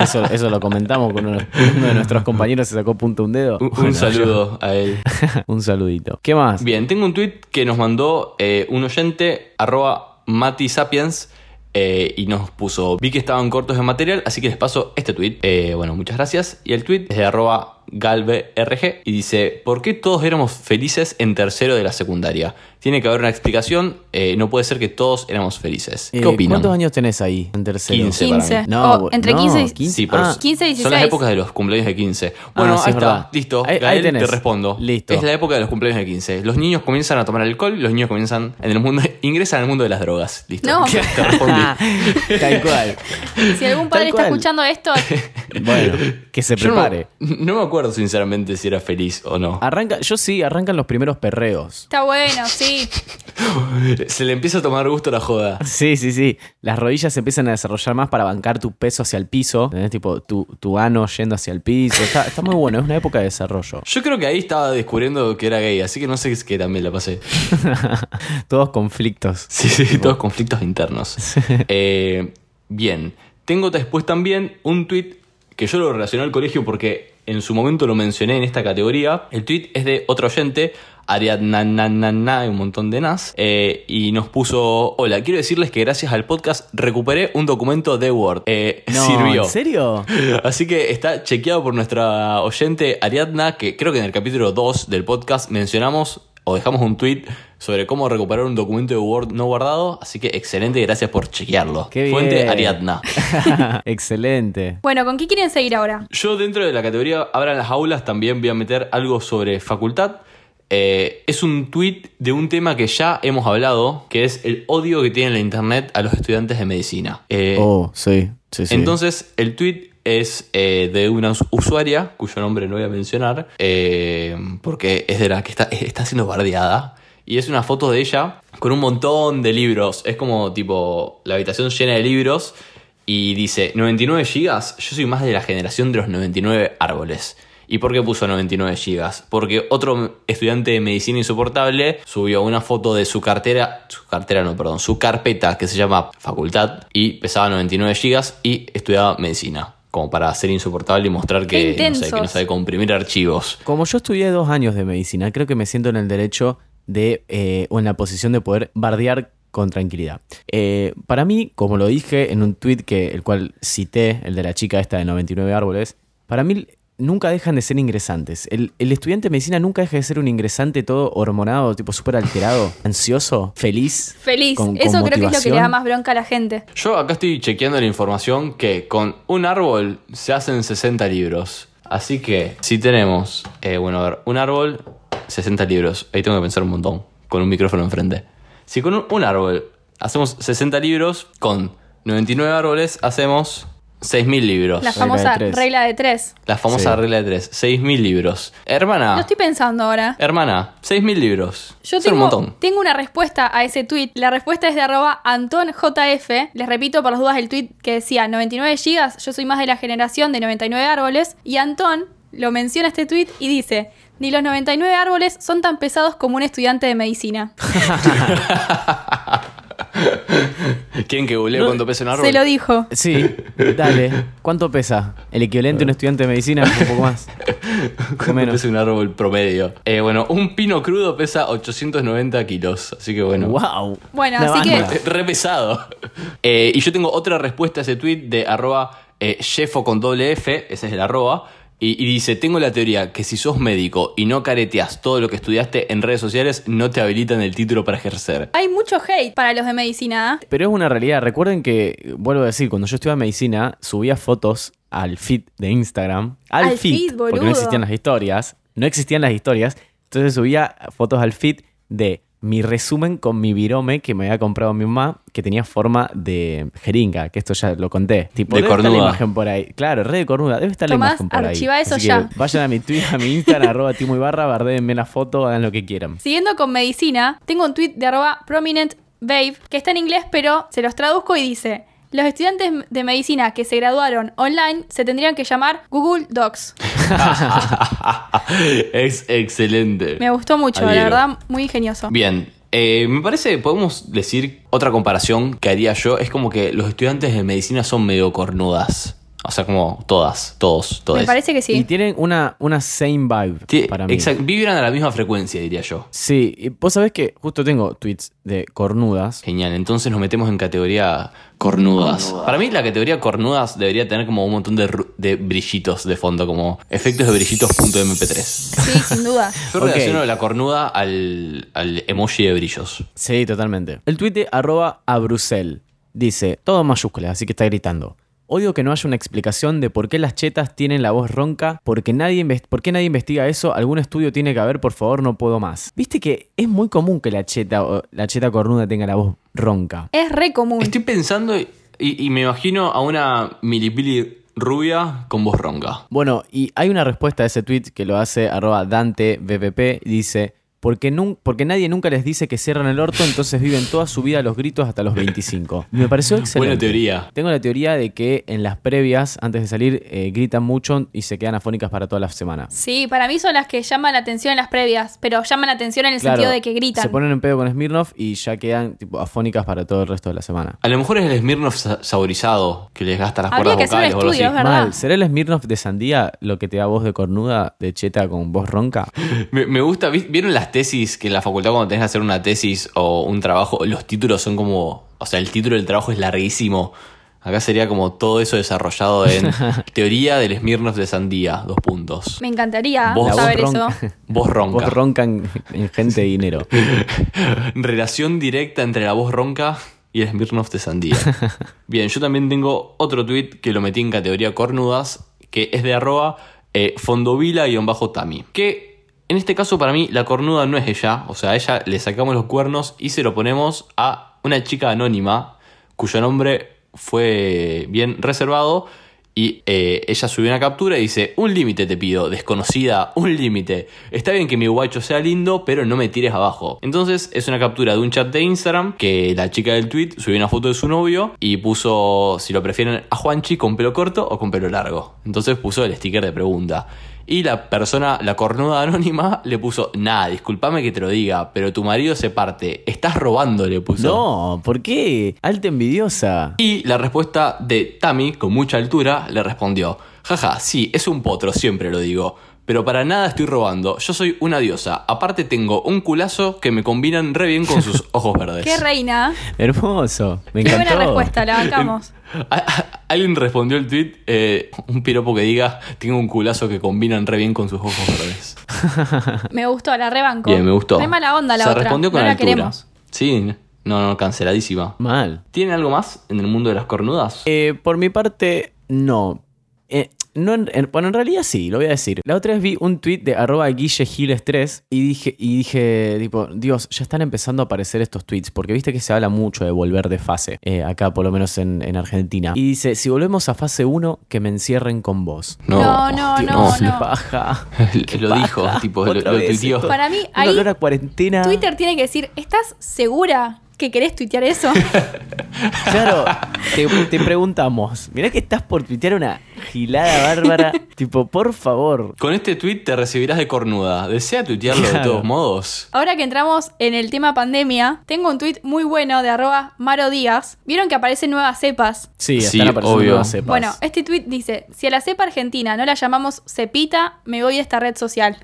Speaker 3: Eso, eso lo comentamos con uno, uno de nuestros compañeros, se sacó punta un dedo.
Speaker 2: Un, un
Speaker 3: Bueno,
Speaker 2: saludo a él.
Speaker 3: un saludito. ¿Qué más?
Speaker 2: Uh, Bien, tengo un tweet que nos mandó eh, un oyente, arroba Mati Sapiens, eh, y nos puso, vi que estaban cortos de material, así que les paso este tweet. Eh, bueno, muchas gracias. Y el tweet es de arroba galverg y dice, ¿por qué todos éramos felices en tercero de la secundaria? Tiene que haber una explicación, eh, no puede ser que todos éramos felices. ¿Qué
Speaker 3: Eh,
Speaker 2: opinan?
Speaker 3: ¿Cuántos años tenés ahí en tercero?
Speaker 2: 15. para mí.
Speaker 1: 15.
Speaker 3: No,
Speaker 1: O
Speaker 3: bo-
Speaker 1: entre
Speaker 3: no,
Speaker 1: 15 y
Speaker 3: 15.
Speaker 2: Sí, pero
Speaker 3: Ah.
Speaker 1: 15 y 16.
Speaker 2: son las épocas de los cumpleaños de 15. Bueno,
Speaker 3: Ah, sí,
Speaker 2: ahí
Speaker 3: es
Speaker 2: está,
Speaker 3: verdad.
Speaker 2: listo.
Speaker 3: Ahí- ahí
Speaker 2: Gael, te
Speaker 3: tenés.
Speaker 2: respondo.
Speaker 3: Listo.
Speaker 2: Es la época de los cumpleaños de 15. Los niños comienzan a tomar alcohol, los niños comienzan en el mundo, ingresan al mundo de las drogas. Listo.
Speaker 1: No.
Speaker 2: Te respondí.
Speaker 3: Ah. Tal cual.
Speaker 1: Si algún
Speaker 3: Tal
Speaker 1: padre está
Speaker 3: cual.
Speaker 1: escuchando esto,
Speaker 3: Bueno, que se
Speaker 2: Yo no,
Speaker 3: prepare.
Speaker 2: no me acuerdo sinceramente si era feliz o no.
Speaker 3: Arranca, yo sí, arrancan los primeros perreos.
Speaker 1: está bueno, sí.
Speaker 2: Se le empieza a tomar gusto la joda.
Speaker 3: Sí, sí, sí. Las rodillas se empiezan a desarrollar más para bancar tu peso hacia el piso. ¿entendés? Tipo, tu, tu ano yendo hacia el piso. Está, está muy bueno, es una época de desarrollo.
Speaker 2: Yo creo que ahí estaba descubriendo que era gay, así que no sé qué también la pasé.
Speaker 3: Todos conflictos.
Speaker 2: Sí, sí, todos conflictos internos. Eh, bien, tengo después también un tweet que yo lo relacioné al colegio porque en su momento lo mencioné en esta categoría. El tweet es de otro oyente, Ariadna, na, na, na, y un montón de nas, eh, y nos puso, hola, quiero decirles que gracias al podcast recuperé un documento de Word. Eh,
Speaker 3: No,
Speaker 2: sirvió.
Speaker 3: ¿En serio?
Speaker 2: Así que está chequeado por nuestra oyente Ariadna, que creo que en el capítulo 2 del podcast mencionamos o dejamos un tweet sobre cómo recuperar un documento de Word no guardado. Así que excelente, gracias por chequearlo.
Speaker 3: Qué
Speaker 2: Fuente
Speaker 3: bien.
Speaker 2: Ariadna.
Speaker 3: Excelente.
Speaker 1: Bueno, ¿con qué quieren seguir ahora?
Speaker 2: Yo dentro de la categoría Abran las aulas también voy a meter algo sobre facultad. Eh, es un tweet de un tema que ya hemos hablado, que es el odio que tiene la internet a los estudiantes de medicina. Eh,
Speaker 3: Oh, sí, sí, sí.
Speaker 2: Entonces, el tweet es eh, de una us- usuaria, cuyo nombre no voy a mencionar, eh, porque es de la que está, está siendo bardeada. Y es una foto de ella con un montón de libros. Es como tipo la habitación llena de libros. Y dice, 99 gigas, yo soy más de la generación de los 99 árboles. ¿Y por qué puso 99 gigas? Porque otro estudiante de medicina insoportable subió una foto de su cartera, su cartera no, perdón, su carpeta que se llama facultad y pesaba 99 gigas y estudiaba medicina, como para ser insoportable y mostrar que,
Speaker 1: Qué
Speaker 2: no sé, que no
Speaker 1: intensos.
Speaker 2: sabe comprimir archivos.
Speaker 3: Como yo estudié dos años de medicina, creo que me siento en el derecho de, eh, o en la posición de poder bardear con tranquilidad. Eh, para mí, como lo dije en un tweet que, el cual cité, el de la chica esta de 99 árboles, para mí nunca dejan de ser ingresantes. El, el estudiante de medicina nunca deja de ser un ingresante todo hormonado, tipo súper alterado, ansioso, feliz.
Speaker 1: Feliz.
Speaker 3: con- con
Speaker 1: Eso creo que es lo que le da
Speaker 3: motivación.
Speaker 1: más bronca a la gente.
Speaker 2: Yo acá estoy chequeando la información que con un árbol se hacen 60 libros. Así que si tenemos, eh, bueno, a ver, un árbol, 60 libros. Ahí tengo que pensar un montón, con un micrófono enfrente. Si con un, un árbol hacemos 60 libros, con 99 árboles hacemos 6.000 libros.
Speaker 1: La
Speaker 2: La,
Speaker 3: Regla de
Speaker 1: famosa
Speaker 3: tres.
Speaker 1: regla de tres.
Speaker 2: famosa
Speaker 3: Sí.
Speaker 2: regla de 3, 6.000 libros. Hermana,
Speaker 3: Ah.
Speaker 1: Lo estoy pensando ahora.
Speaker 3: Eh,
Speaker 2: hermana, 6.000 libros.
Speaker 1: Yo
Speaker 2: Son un
Speaker 1: tengo,
Speaker 2: montón.
Speaker 1: tengo una respuesta a ese tweet. La respuesta es de arroba AntonJF. Les repito por las dudas el tweet que decía 99 gigas, yo soy más de la generación de 99 árboles. Y Antón lo menciona este tweet y dice, ni los 99 árboles son tan pesados como un estudiante de medicina.
Speaker 2: ¿Quieren que googlee cuánto pesa un árbol?
Speaker 1: Se lo dijo.
Speaker 3: Sí, dale. ¿Cuánto pesa? El equivalente a un estudiante de medicina, un poco más.
Speaker 2: ¿Cuánto
Speaker 3: menos.
Speaker 2: pesa un árbol promedio? Eh, bueno, un pino crudo pesa 890 kilos. Así que bueno.
Speaker 3: ¡Wow!
Speaker 1: Bueno,
Speaker 3: Una
Speaker 1: así que-
Speaker 3: banda.
Speaker 2: Re pesado. Eh, y yo tengo otra respuesta a ese tweet de arroba eh, Jeffo con doble F, ese es el arroba. Y, y dice, tengo la teoría que si sos médico y no careteas todo lo que estudiaste en redes sociales, no te habilitan el título para ejercer.
Speaker 1: Hay mucho hate para los de medicina. ¿eh?
Speaker 3: Pero es una realidad. Recuerden que, vuelvo a decir, cuando yo estudiaba medicina, subía fotos al feed de Instagram. Al,
Speaker 1: Al feed,
Speaker 3: porque
Speaker 1: boludo.
Speaker 3: no existían las historias. No existían las historias. Entonces subía fotos al feed de mi resumen con mi virome que me había comprado mi mamá, que tenía forma de jeringa, que esto ya lo conté. Tipo,
Speaker 2: De
Speaker 3: debe estar
Speaker 2: cornuda.
Speaker 3: la imagen por ahí. Claro, re de cornuda. Debe estar
Speaker 1: Tomás,
Speaker 3: la imagen por
Speaker 1: archiva
Speaker 3: ahí.
Speaker 1: eso
Speaker 3: Así que
Speaker 1: ya.
Speaker 3: vayan a mi Twitter, a mi Instagram, arroba Timo Ibarra, bardéenme la foto, hagan lo que quieran.
Speaker 1: Siguiendo con medicina, tengo un tweet de arroba prominent babe que está en inglés, pero se los traduzco y dice: Los estudiantes de medicina que se graduaron online se tendrían que llamar Google Docs.
Speaker 2: es excelente.
Speaker 1: Me gustó mucho, la
Speaker 2: Adhiero.
Speaker 1: verdad, muy ingenioso.
Speaker 2: Bien, eh, me parece que podemos decir otra comparación que haría yo. Es como que los estudiantes de medicina son medio cornudas. O sea, como todas, todos, todas.
Speaker 1: Me parece que
Speaker 3: Y
Speaker 1: sí.
Speaker 3: tienen una, una same vibe para mí.
Speaker 2: vibran a la misma frecuencia, diría yo.
Speaker 3: Sí, y vos sabés que justo tengo tweets de cornudas.
Speaker 2: Genial, entonces nos metemos en categoría cornudas. Para mí la categoría cornudas debería tener como un montón de, ru- de brillitos de fondo, como efectos de brillitos.mp3.
Speaker 1: Sí, sin duda.
Speaker 2: Yo
Speaker 3: Ok.
Speaker 2: relaciono la cornuda al, al emoji de brillos.
Speaker 3: Sí, totalmente. El tweet de arroba a Brusel dice, todo en mayúsculas, así que está gritando. Odio que no haya una explicación de por qué las chetas tienen la voz ronca, porque nadie inves- por qué nadie investiga eso, algún estudio tiene que haber, por favor, no puedo más. Viste que es muy común que la cheta, o la cheta cornuda tenga la voz ronca.
Speaker 1: Es re común.
Speaker 2: Estoy pensando y, y me imagino a una milipili rubia con voz ronca.
Speaker 3: Bueno, y hay una respuesta a ese tweet que lo hace arroba Dante BPP, dice, porque, nun- porque nadie nunca les dice que cierran el orto, entonces viven toda su vida a los gritos hasta los 25. Me pareció excelente.
Speaker 2: Buena teoría.
Speaker 3: Tengo la teoría de que en las previas, antes de salir, eh, gritan mucho y se quedan afónicas para toda la semana.
Speaker 1: Sí, para mí son las que llaman la atención en las previas, pero llaman la atención en el sentido de que gritan.
Speaker 3: Se ponen en pedo con Smirnoff y ya quedan tipo afónicas para todo el resto de la semana.
Speaker 2: A lo mejor es el Smirnoff sa- saborizado que les gasta las
Speaker 1: Habría
Speaker 2: cuerdas
Speaker 1: que hacer un
Speaker 2: vocales o algo
Speaker 1: estudio,
Speaker 2: así.
Speaker 1: es verdad.
Speaker 3: Mal, ¿será el Smirnoff de sandía lo que te da voz de cornuda, de cheta con voz ronca?
Speaker 2: Me, me gusta, ¿vi- ¿vieron las tesis que en la facultad cuando tenés que hacer una tesis o un trabajo, los títulos son como, o sea, el título del trabajo es larguísimo. Acá sería como todo eso desarrollado en teoría del Smirnoff de sandía, dos puntos.
Speaker 1: Me encantaría
Speaker 2: Vos-
Speaker 1: saber
Speaker 3: La voz
Speaker 1: eso.
Speaker 3: ronca.
Speaker 2: Voz ronca.
Speaker 3: Voz ronca en, en gente de dinero.
Speaker 2: Relación directa entre la voz ronca y el Smirnoff de sandía. Bien, yo también tengo otro tweet que lo metí en categoría cornudas, que es de arroba eh, fondovila-tami. Que en este caso para mí la cornuda no es ella, o sea, a ella le sacamos los cuernos y se lo ponemos a una chica anónima cuyo nombre fue bien reservado. Y eh, ella subió una captura y dice, un límite te pido, desconocida, un límite. Está bien que mi guacho sea lindo, pero no me tires abajo. Entonces es una captura de un chat de Instagram que la chica del tweet subió una foto de su novio y puso, si lo prefieren, a Juanchi con pelo corto o con pelo largo. Entonces puso el sticker de pregunta. Y la persona, la cornuda anónima, le puso, nah, discúlpame que te lo diga, pero tu marido se parte, estás robando, le puso.
Speaker 3: No, ¿por qué? Alta envidiosa.
Speaker 2: Y la respuesta de Tami, con mucha altura, le respondió: Jaja, sí, es un potro, siempre lo digo. Pero para nada estoy robando, yo soy una diosa. Aparte tengo un culazo que me combinan re bien con sus ojos verdes.
Speaker 1: Qué reina.
Speaker 3: Hermoso. Me
Speaker 1: Qué
Speaker 3: encantó. Em,
Speaker 1: buena respuesta, la bancamos.
Speaker 2: A- a- Alguien respondió el tweet, eh, un piropo que diga, tengo un culazo que combinan re bien con sus ojos verdes.
Speaker 1: Me gustó, la rebanco.
Speaker 2: Bien, me gustó.
Speaker 1: Re mala onda la
Speaker 2: Se
Speaker 1: otra.
Speaker 2: respondió con
Speaker 1: no la
Speaker 2: altura.
Speaker 1: queremos.
Speaker 2: Sí, no, no, canceladísima.
Speaker 3: Mal.
Speaker 2: ¿Tienen algo más en el mundo de las cornudas?
Speaker 3: Eh, por mi parte, no. Eh, no en- en- bueno, en realidad sí, lo voy a decir. La otra vez vi un tweet de arroba guillegiles 3 y dije, y dije, tipo, Dios, ya están empezando a aparecer estos tweets, porque viste que se habla mucho de volver de fase, eh, acá por lo menos en, en Argentina. Y dice, si volvemos a fase 1, que me encierren con vos.
Speaker 1: No, no,
Speaker 2: Dios.
Speaker 1: no,
Speaker 3: Qué
Speaker 1: no.
Speaker 3: paja. Qué
Speaker 2: Lo
Speaker 3: paja.
Speaker 2: dijo, tipo, lo,
Speaker 3: Otra
Speaker 2: lo
Speaker 3: vez
Speaker 2: tuiteó.
Speaker 3: esto.
Speaker 1: Para mí,
Speaker 3: Un
Speaker 1: ahí
Speaker 3: olor a cuarentena.
Speaker 1: Twitter tiene que decir, ¿estás segura que querés tuitear eso.
Speaker 3: Claro, te, te preguntamos. Mirá que estás por tuitear una gilada bárbara. tipo, por favor.
Speaker 2: Con este tweet te recibirás de cornuda. ¿Desea tuitearlo de
Speaker 3: Claro.
Speaker 2: todos modos?
Speaker 1: Ahora que entramos en el tema pandemia, tengo un tuit muy bueno de arroba Maro Díaz. ¿Vieron que aparecen nuevas cepas?
Speaker 3: Sí,
Speaker 2: Sí,
Speaker 3: están apareciendo
Speaker 2: obvio.
Speaker 3: nuevas cepas.
Speaker 1: Bueno, este tuit dice, si a la cepa argentina no la llamamos cepita, me voy de esta red social.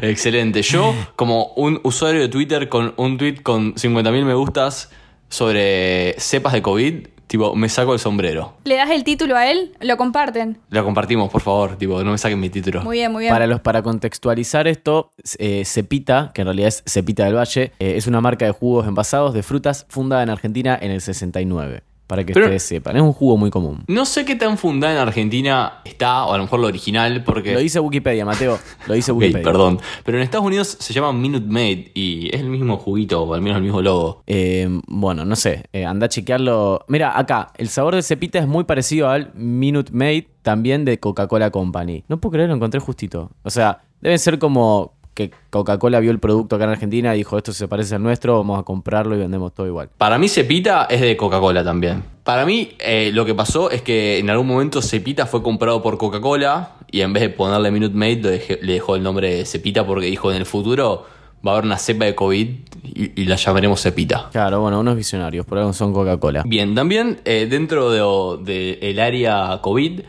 Speaker 2: Excelente. Yo, como un usuario de Twitter con un tweet con 50.000 me gustas sobre cepas de COVID, tipo, me saco el sombrero.
Speaker 1: ¿Le das el título a él? ¿Lo comparten?
Speaker 2: Lo compartimos, por favor. Tipo, no me saquen mi título.
Speaker 1: Muy bien, muy bien.
Speaker 3: Para los para contextualizar esto, eh, Cepita, que en realidad es Cepita del Valle, eh, es una marca de jugos envasados de frutas fundada en Argentina en el 69. Para que
Speaker 2: Pero-
Speaker 3: ustedes sepan, es un jugo muy común.
Speaker 2: No sé qué tan fundada en Argentina está, o a lo mejor lo original, porque.
Speaker 3: Lo dice Wikipedia, Mateo. Lo dice
Speaker 2: Ok,
Speaker 3: Wikipedia.
Speaker 2: perdón. Pero en Estados Unidos se llama Minute Maid y es el mismo juguito, o al menos el mismo logo.
Speaker 3: Eh, bueno, no sé, eh, anda a chequearlo. Mira, acá, el sabor de cepita es muy parecido al Minute Maid, también de Coca-Cola Company. No puedo creer, lo encontré justito. O sea, deben ser como que Coca-Cola vio el producto acá en Argentina y dijo, esto se parece al nuestro, vamos a comprarlo y vendemos todo igual.
Speaker 2: Para mí Cepita es de Coca-Cola también. Para mí eh, lo que pasó es que en algún momento Cepita fue comprado por Coca-Cola y en vez de ponerle Minute Maid lo dejé- le dejó el nombre de Cepita porque dijo en el futuro va a haber una cepa de COVID y, y la llamaremos Cepita.
Speaker 3: Claro, bueno, unos visionarios, por algo son Coca-Cola.
Speaker 2: Bien, también eh, dentro del de, el área COVID,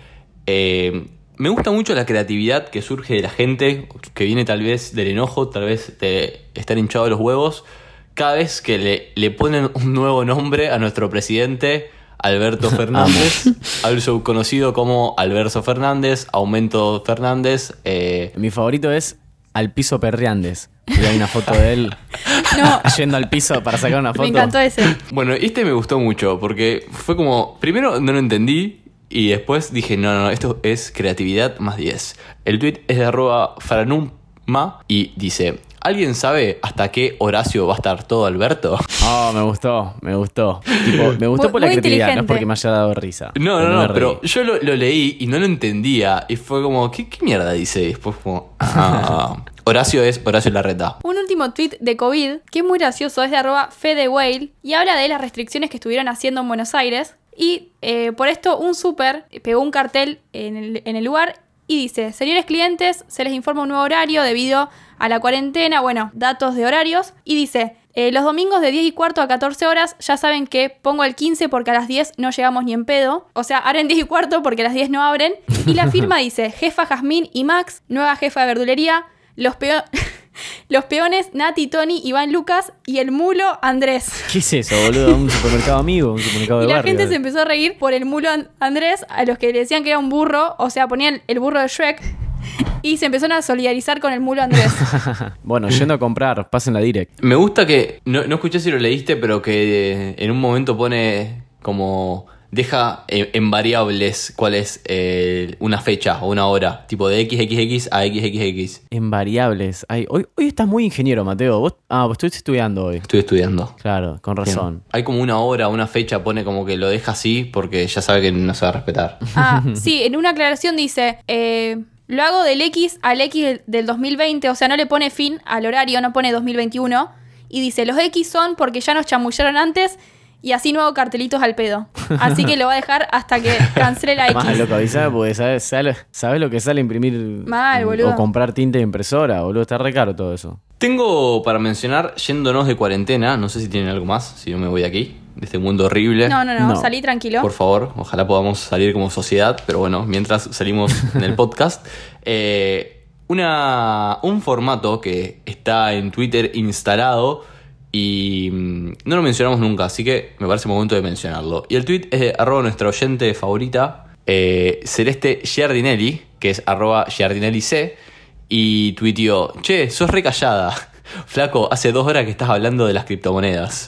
Speaker 2: eh, me gusta mucho la creatividad que surge de la gente, que viene tal vez del enojo, tal vez de estar hinchado de los huevos, cada vez que le, le ponen un nuevo nombre a nuestro presidente, Alberto Fernández, also conocido como Alberto Fernández, Aumento Fernández, eh,
Speaker 3: Mi favorito es Al Piso Perriandes. Y hay una foto de él
Speaker 1: No,
Speaker 3: yendo al piso para sacar una foto.
Speaker 1: me encantó ese.
Speaker 2: Bueno, este me gustó mucho porque fue como, primero no lo entendí y después dije, no, no, no, esto es creatividad más 10. El tweet es de arroba faranumma y dice, ¿alguien sabe hasta qué Horacio va a estar todo Alberto?
Speaker 3: Oh, me gustó, me gustó. Tipo, me gustó
Speaker 1: Muy-
Speaker 3: por la
Speaker 1: muy
Speaker 3: creatividad, no es
Speaker 1: inteligente.
Speaker 3: porque me haya dado risa.
Speaker 2: No,
Speaker 3: Pero
Speaker 2: no,
Speaker 3: me
Speaker 2: no,
Speaker 3: reí.
Speaker 2: pero yo lo, lo leí y no lo entendía y fue como, ¿qué, qué mierda dice? Y después como, ah, Horacio es Horacio Larreta.
Speaker 1: Un último tweet de COVID, que es muy gracioso, es de arroba FedeWhale y habla de las restricciones que estuvieron haciendo en Buenos Aires. Y eh, por esto un súper pegó un cartel en el, en el lugar y dice, señores clientes, se les informa un nuevo horario debido a la cuarentena, bueno, datos de horarios. Y dice, eh, los domingos de 10 y cuarto a 14 horas ya saben que pongo el 15 porque a las 10 no llegamos ni en pedo. O sea, abren 10 y cuarto porque a las 10 no abren. Y la firma dice, jefa Jazmín y Max, nueva jefa de verdulería, los peores... Los peones, Nati, Tony, Iván Lucas y el mulo Andrés.
Speaker 3: ¿Qué es eso, boludo? ¿Un supermercado amigo? ¿Un supermercado
Speaker 1: Y
Speaker 3: de
Speaker 1: la
Speaker 3: barrio?
Speaker 1: gente se empezó a reír por el mulo An- Andrés, a los que le decían que era un burro, o sea, ponían el burro de Shrek, y se empezaron a solidarizar con el mulo Andrés.
Speaker 3: Bueno, yendo a comprar, pasen la direct.
Speaker 2: Me gusta que, no, no escuché si lo leíste, pero que eh, en un momento pone como, deja eh, en variables cuál es eh, una fecha o una hora, tipo de XXX a XXX.
Speaker 3: En variables. Ay, hoy, hoy estás muy ingeniero, Mateo. ¿Vos? Ah, vos estuviste estudiando hoy.
Speaker 2: Estoy estudiando.
Speaker 3: Claro, con razón.
Speaker 2: Hay como una hora, una fecha, pone como que lo deja así porque ya sabe que no se va a respetar.
Speaker 1: Ah, sí, en una aclaración dice, eh, lo hago del X al X del- del 2020, o sea, no le pone fin al horario, no pone 2021, y dice, los X son porque ya nos chamullaron antes y así no hago cartelitos al pedo. Así que lo va a dejar hasta que cancele la X.
Speaker 3: Más loco, avisame porque sabes, sale- sabes lo que sale imprimir
Speaker 1: Mal, boludo.
Speaker 3: o comprar tinta de impresora, boludo. Está re caro todo eso.
Speaker 2: Tengo para mencionar, yéndonos de cuarentena, no sé si tienen algo más, si no me voy de aquí, de este mundo horrible.
Speaker 1: No, no, no,
Speaker 3: No.
Speaker 1: salí tranquilo.
Speaker 2: Por favor, ojalá podamos salir como sociedad, pero bueno, mientras salimos en el podcast. eh, una, un formato que está en Twitter instalado y mm, no lo mencionamos nunca, así que me parece momento de mencionarlo. Y el tweet es de arroba nuestra oyente favorita, eh, Celeste Giardinelli, que es arroba Giardinelli C, y tuiteó, che, sos recallada. Flaco, hace dos horas que estás hablando de las criptomonedas.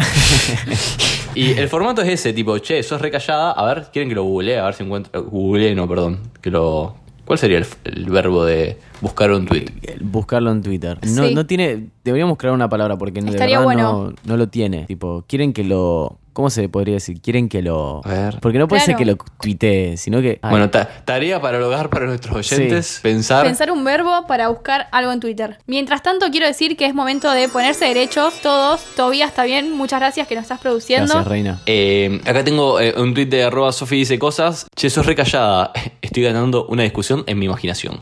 Speaker 2: Y el formato es ese, tipo, che, sos recallada, a ver, quieren que lo googlee, a ver si encuentro... eh, Googleé, no, perdón, que lo... ¿Cuál sería el, f- el verbo de buscar un tweet?
Speaker 3: Buscarlo en Twitter. No,
Speaker 1: Sí.
Speaker 3: no tiene. Deberíamos crear una palabra porque de
Speaker 1: Estaría
Speaker 3: verdad
Speaker 1: bueno.
Speaker 3: no, no lo tiene. Tipo, quieren que lo ¿Cómo se podría decir? Quieren que lo.
Speaker 2: A ver.
Speaker 3: Porque no puede ser
Speaker 1: Claro.
Speaker 3: que lo tuitee, sino que. ay,
Speaker 2: Bueno, ta- tarea para el hogar para nuestros oyentes, pensar.
Speaker 1: Pensar un verbo para buscar algo en Twitter. Mientras tanto, quiero decir que es momento de ponerse derechos todos. Tobías está bien, muchas gracias que nos estás produciendo.
Speaker 3: gracias, reina.
Speaker 2: Eh, acá tengo eh, un tweet de arroba Sofi dice cosas. Che, sos recallada. Estoy ganando una discusión en mi imaginación.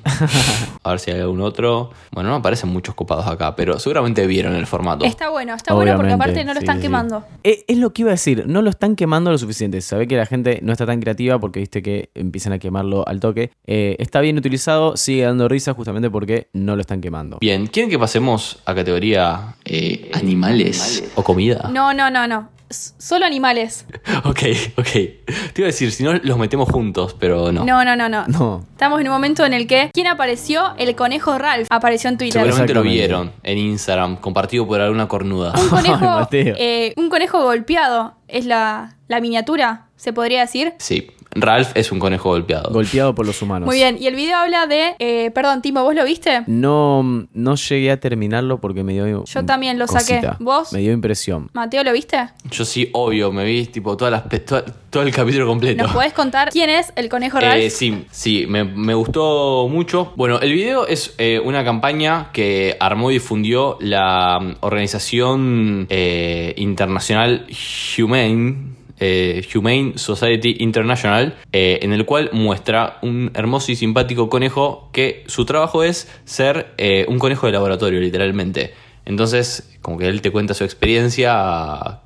Speaker 2: A ver si hay algún otro. Bueno, no aparecen muchos copados acá, pero seguramente vieron el formato.
Speaker 1: Está bueno, está bueno porque
Speaker 3: Obviamente,
Speaker 1: aparte no lo
Speaker 3: sí,
Speaker 1: están
Speaker 3: sí.
Speaker 1: quemando.
Speaker 3: Eh, Es lo que iba a decir, no lo están quemando lo suficiente. Se ve que la gente no está tan creativa porque viste que empiezan a quemarlo al toque. Eh, está bien utilizado, sigue dando risa justamente porque no lo están quemando.
Speaker 2: Bien, ¿quieren que pasemos a categoría eh, animales o
Speaker 3: Ah.
Speaker 2: comida?
Speaker 1: No, no, no, no. S- solo animales.
Speaker 2: Ok, ok. Te iba a decir, si no los metemos juntos, pero no.
Speaker 1: No, no, no, no.
Speaker 3: No.
Speaker 1: Estamos en un momento en el que. ¿Quién apareció? El conejo Ralph apareció en Twitter.
Speaker 2: Seguramente lo
Speaker 3: Exactamente.
Speaker 2: vieron en Instagram, compartido por alguna cornuda.
Speaker 1: Un
Speaker 3: Ay,
Speaker 1: conejo,
Speaker 3: Mateo.
Speaker 1: eh, un conejo golpeado es la, la miniatura, se podría decir.
Speaker 2: Sí, Ralph es un conejo golpeado.
Speaker 3: Golpeado por los humanos.
Speaker 1: Muy bien, y el video habla de. eh, perdón, Timo, ¿vos lo viste?
Speaker 3: No, no llegué a terminarlo porque me dio.
Speaker 1: Yo también lo saqué. ¿Vos?
Speaker 3: Me dio impresión.
Speaker 1: Mateo, ¿lo viste?
Speaker 2: Yo sí, obvio, me vi tipo todas las, pe- toda- todo el capítulo completo.
Speaker 1: ¿Nos podés contar quién es el conejo Ralph?
Speaker 2: Eh, sí, sí, me, me gustó mucho. Bueno, el video es eh, una campaña que armó y difundió la mm, organización eh, internacional Humane. eh, Humane Society International, eh, en el cual muestra un hermoso y simpático conejo que su trabajo es ser eh, un conejo de laboratorio, literalmente. Entonces, como que él te cuenta su experiencia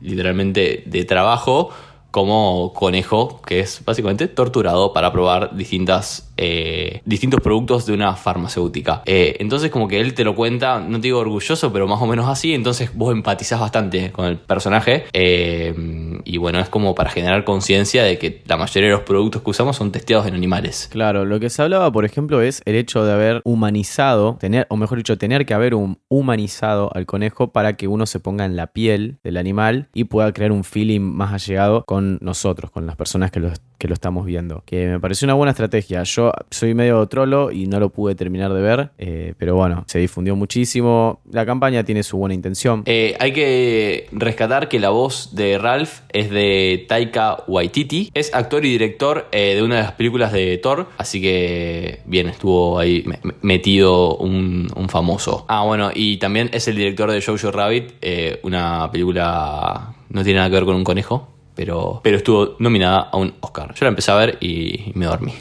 Speaker 2: literalmente de trabajo como conejo, que es básicamente torturado para probar distintas, eh, distintos productos de una farmacéutica. Eh, entonces como que él te lo cuenta, no te digo orgulloso, pero más o menos así, entonces vos empatizás bastante con el personaje. Eh, y bueno, es como para generar conciencia de que la mayoría de los productos que usamos son testeados en animales.
Speaker 3: Claro, lo que se hablaba, por ejemplo, es el hecho de haber humanizado, tener, o mejor dicho, tener que haber un humanizado al conejo para que uno se ponga en la piel del animal y pueda crear un feeling más allegado con nosotros, con las personas que lo, que lo estamos viendo. Que me pareció una buena estrategia. Yo soy medio trolo y no lo pude terminar de ver, eh, pero bueno, se difundió muchísimo. La campaña tiene su buena intención.
Speaker 2: Eh, hay que rescatar que la voz de Ralph es de Taika Waititi. Es actor y director eh, de una de las películas de Thor. Así que, bien, estuvo ahí me- me- metido un, un famoso. Ah, bueno, y también es el director de Jojo Rabbit, eh, una película. No tiene nada que ver con un conejo. Pero, pero estuvo nominada a un Oscar. Yo la empecé a ver y me dormí.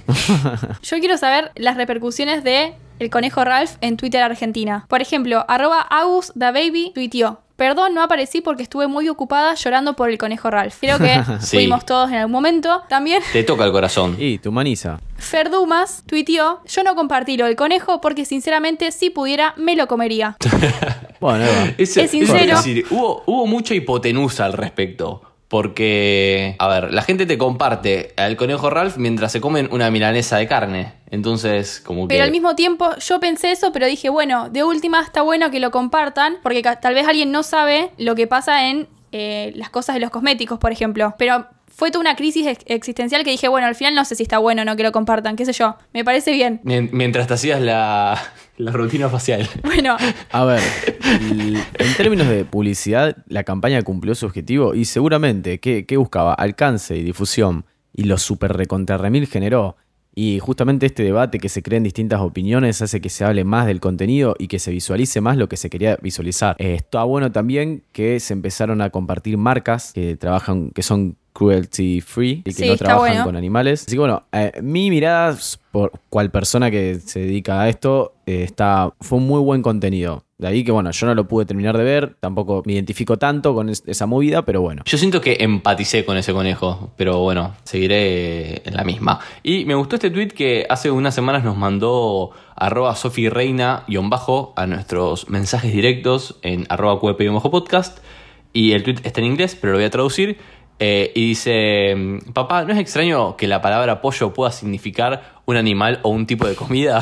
Speaker 1: Yo quiero saber las repercusiones de el conejo Ralph en Twitter Argentina. Por ejemplo, arroba AgusTheBaby tuiteó. Perdón, no aparecí porque estuve muy ocupada llorando por el conejo Ralph. Creo que
Speaker 2: Sí.
Speaker 1: fuimos todos en algún momento. También
Speaker 2: Te toca el corazón.
Speaker 3: Y te humaniza.
Speaker 1: Fer Dumas tuiteó, yo no compartí lo del conejo porque sinceramente si pudiera me lo comería.
Speaker 3: Bueno, ahí va.
Speaker 2: Es,
Speaker 1: Es sincero.
Speaker 2: decir, hubo, hubo mucha hipotenusa al respecto. Porque, a ver, la gente te comparte al conejo Ralph mientras se comen una milanesa de carne. Entonces, como que.
Speaker 1: Pero al mismo tiempo yo pensé eso, pero dije, bueno, de última está bueno que lo compartan, porque ca- tal vez alguien no sabe lo que pasa en eh, las cosas de los cosméticos, por ejemplo. Pero fue toda una crisis ex- existencial que dije, bueno, al final no sé si está bueno o no que lo compartan, qué sé yo, me parece bien.
Speaker 2: Mien- Mientras te hacías la, la rutina facial.
Speaker 1: Bueno,
Speaker 3: A ver, l- en términos de publicidad, la campaña cumplió su objetivo y seguramente, ¿qué, qué buscaba? Alcance y difusión. Y lo super recontrarremil generó. Y justamente este debate que se creen distintas opiniones hace que se hable más del contenido y que se visualice más lo que se quería visualizar. Eh, está bueno también que se empezaron a compartir marcas que trabajan, que son cruelty free y que
Speaker 1: Sí,
Speaker 3: no
Speaker 1: está
Speaker 3: trabajan
Speaker 1: bueno.
Speaker 3: con animales. Así que bueno, eh, mi mirada s- por cual persona que se dedica a esto eh, está, fue un muy buen contenido. De ahí que bueno, yo no lo pude terminar de ver, tampoco me identifico tanto con es- esa movida, pero bueno.
Speaker 2: Yo siento que empaticé con ese conejo, pero bueno, seguiré eh, en la misma. Y me gustó este tweet que hace unas semanas nos mandó arroba Sofi Reina guión bajo a nuestros mensajes directos en arroba QEP guión bajo podcast. Y el tweet está en inglés, pero lo voy a traducir. Eh, y dice, papá, ¿no es extraño que la palabra pollo pueda significar un animal o un tipo de comida?